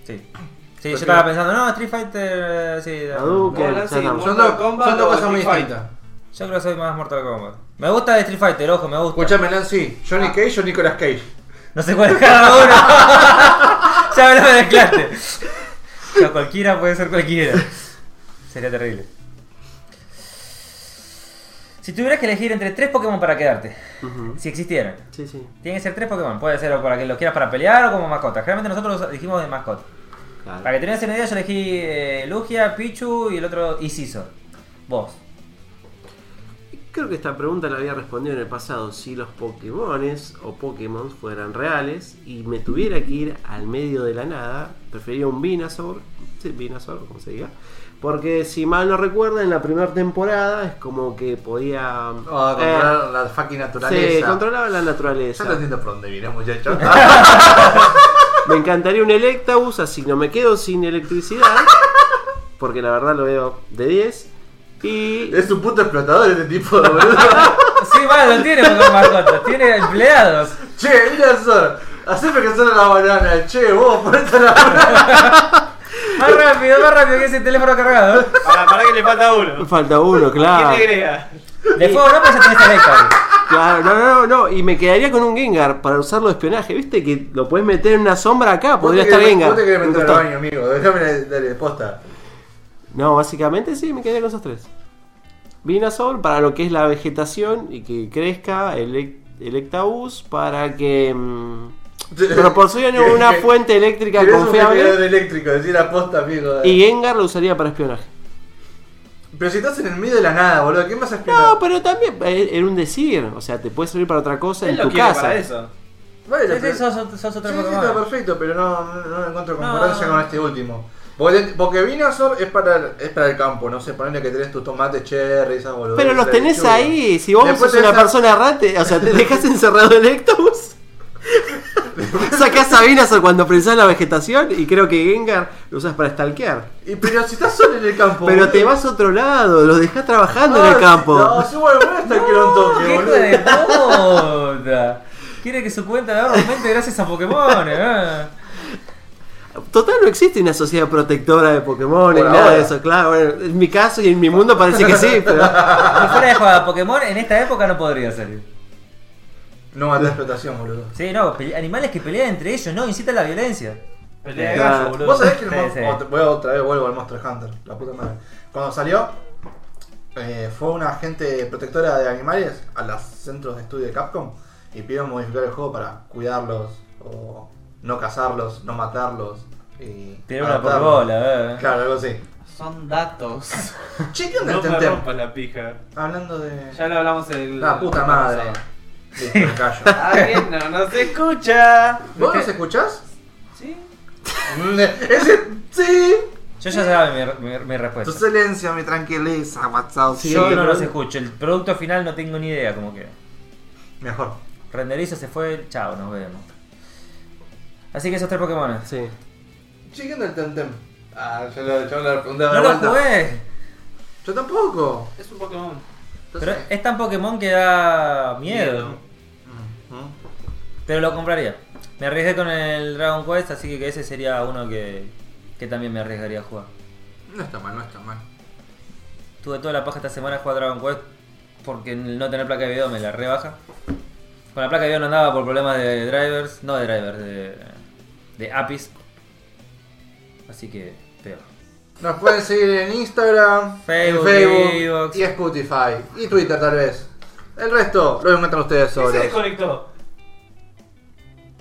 Sí. Sí, yo
Prefiero-
estaba pensando, no, Street Fighter. eh, Sí, no.
Hadouken,
Bueno,
ya
sí,
estamos.
bueno.
Son
Mortal
dos,
Kombat
son dos
o
cosas muy
Street
distintas.
Yo creo que soy más Mortal Kombat. Me gusta de Street Fighter, ojo, me gusta.
Escuchame, Nancy. Johnny Cage o Nicolas Cage.
No se puede cada uno. ya me lo mezclaste. Ya cualquiera puede ser cualquiera. Sería terrible. Si tuvieras que elegir entre tres Pokémon para quedarte,
Ujú.
si existieran,
Sí, sí.
tienen que ser tres Pokémon. Puede ser o para que los quieras para pelear o como mascota. Realmente nosotros los elegimos de mascota.
Claro.
Para que tengas una idea, yo elegí eh, Lugia, Pichu y el otro Isiso. Vos.
Creo que esta pregunta la había respondido en el pasado. Si los Pokémones o Pokémon fueran reales y me tuviera que ir al medio de la nada, preferiría un Venusaur. Sí, Venusaur, como se diga. Porque si mal no recuerdo, en la primera temporada es como que podía.
Ah,
eh,
controlar la fucking naturaleza.
se controlaba la
Yo
naturaleza.
no entiendo por dónde Ah, vino, muchachos.
Me encantaría un Electabus, así no me quedo sin electricidad. Porque la verdad lo veo de 10. Y.
es un puto explotador este tipo, boludo.
Sí, malo, no tiene Pokémon mascota, tiene empleados.
che, mira el sol. Haceme que suene la banana. Che, vos, ponete la banana.
Más rápido, más rápido que ese teléfono cargado.
Para, para que le falta uno.
Falta uno, claro.
¿Quién te agrega?
De fuego no, pero ya tenés Electabuzz.
Claro, no, no, no, no, y me quedaría con un Gengar para usarlo de espionaje, viste que lo puedes meter en una sombra acá, podría
Vos te
estar
querés-
Gengar.
Vos te querés meter al
Entonces,
baño, amigo. Déjame la- dale, posta.
No, básicamente sí, me quedaría con esos tres. Vinazol para lo que es la vegetación y que crezca, elec Electabuzz para que mm, proporcione una fuente eléctrica
Querés un generador
confiable
eléctrico, decir la posta, amigo.
y Gengar lo usaría para espionaje.
Pero si estás en el medio de la nada, boludo, ¿qué más espionar?
No, pero también eh, era un decir, o sea, te puede servir para otra cosa
Él
en
lo
tu
quiere
casa.
para eso.
Bueno,
Sí, sí,
pero-
sos, sos- sos otro
Sí, sí,
Pokémon.
está perfecto, pero no, no, no encuentro
No.
concordancia con este último. Porque, porque Vinazor es para, el- es para el campo, no sé, ponerle que tenés tus tomates cherry, esas boludeces.
Pero los
la
tenés
lechuga.
ahí, si vos
Después
sos una
tenés a-
persona errante, o sea, te dejás encerrado en Ectobus. Sacás a Venusaur cuando prensás la vegetación y creo que Gengar lo usas para stalkear.
Y, pero si estás solo en el campo.
Pero
boludo.
te vas a otro lado, lo dejás trabajando en
Ah,
el
sí,
campo.
No, sí, bueno, bueno, hasta que lo
¡Qué
toque,
hijo
boludo.
de puta! Quiere que su cuenta de ahorro aumente gracias a Pokémon, ¿eh?
Total, no existe una sociedad protectora de Pokémon,
Por
nada
ahora.
de eso, claro. bueno, en mi caso y en mi mundo parece que sí, pero.
Si fuera de jugada Pokémon, en esta época no podría salir.
No maté explotación, boludo.
Sí, no, pele- animales que pelean entre ellos, no, incitan la violencia.
Pelea de
Claro.
gallo, boludo.
Vos sabés que el
Sí,
mon-
sí.
ot- voy a otra vez vuelvo al Monster Hunter, la puta madre. Cuando salió, eh, fue una agente protectora de animales a los centros de estudio de Capcom y pidieron modificar el juego para cuidarlos o no cazarlos, no matarlos y
Tiene una por
adaptarlos.
bola, ¿eh?
Claro, algo así.
Son datos.
Che, ¿qué onda
No
el
me
Temtem?
rompas la pija.
Hablando de...
Ya lo hablamos el.
La puta madre. Listo, me callo.
Ah, bien, no, no se escucha.
¿Vos nos escuchás?
Sí.
Mm, Ese... Sí.
Yo ya sabía mi, mi- mi
Tu
respuesta.
silencio me tranquiliza, WhatsApp.
Pues Yo no los escucho, el producto final no tengo ni idea cómo queda.
Mejor.
Renderizo se fue, chao, nos vemos. Así que esos tres Pokémon.
Sí.
Che, ¿qué onda el Temtem? Ah, yo lo, yo lo pregunté a
No lo
Walter.
jugué.
Yo tampoco.
Es un Pokémon.
Pero
Entonces-
es tan Pokémon que da miedo.
Miedo.
Ujú.
Pero lo compraría. Me arriesgué con el Dragon Quest, así que ese sería uno que, que también me arriesgaría a jugar.
No está mal, no está mal.
Tuve toda la paja esta semana a jugar Dragon Quest porque el no tener placa de video me la rebaja. Con la placa de video no andaba por problemas de drivers, no de drivers, de, de APIs. Así que, peor.
Nos pueden seguir en Instagram,
Facebook,
en Facebook
Evox.
y Spotify y Twitter tal vez. El resto lo encuentran ustedes
¿Qué se
solos.
desconectó?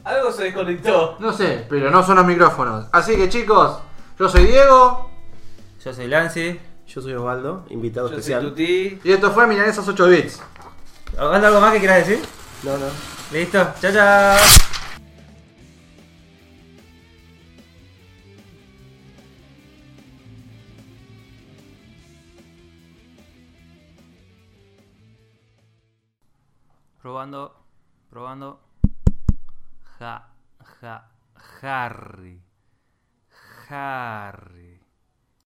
Algo se desconectó.
No sé, pero no son los micrófonos. Así que chicos, yo soy Diego
Yo soy Lancy.
Yo soy Osvaldo, invitado
Yo soy
especial.
Tuti.
y esto fue Milanesas 8 bits.
¿Osvaldo, algo más que quieras decir?
No, no.
Listo, chao chao.
Probando, probando. Ja, ja, Harry. Harry.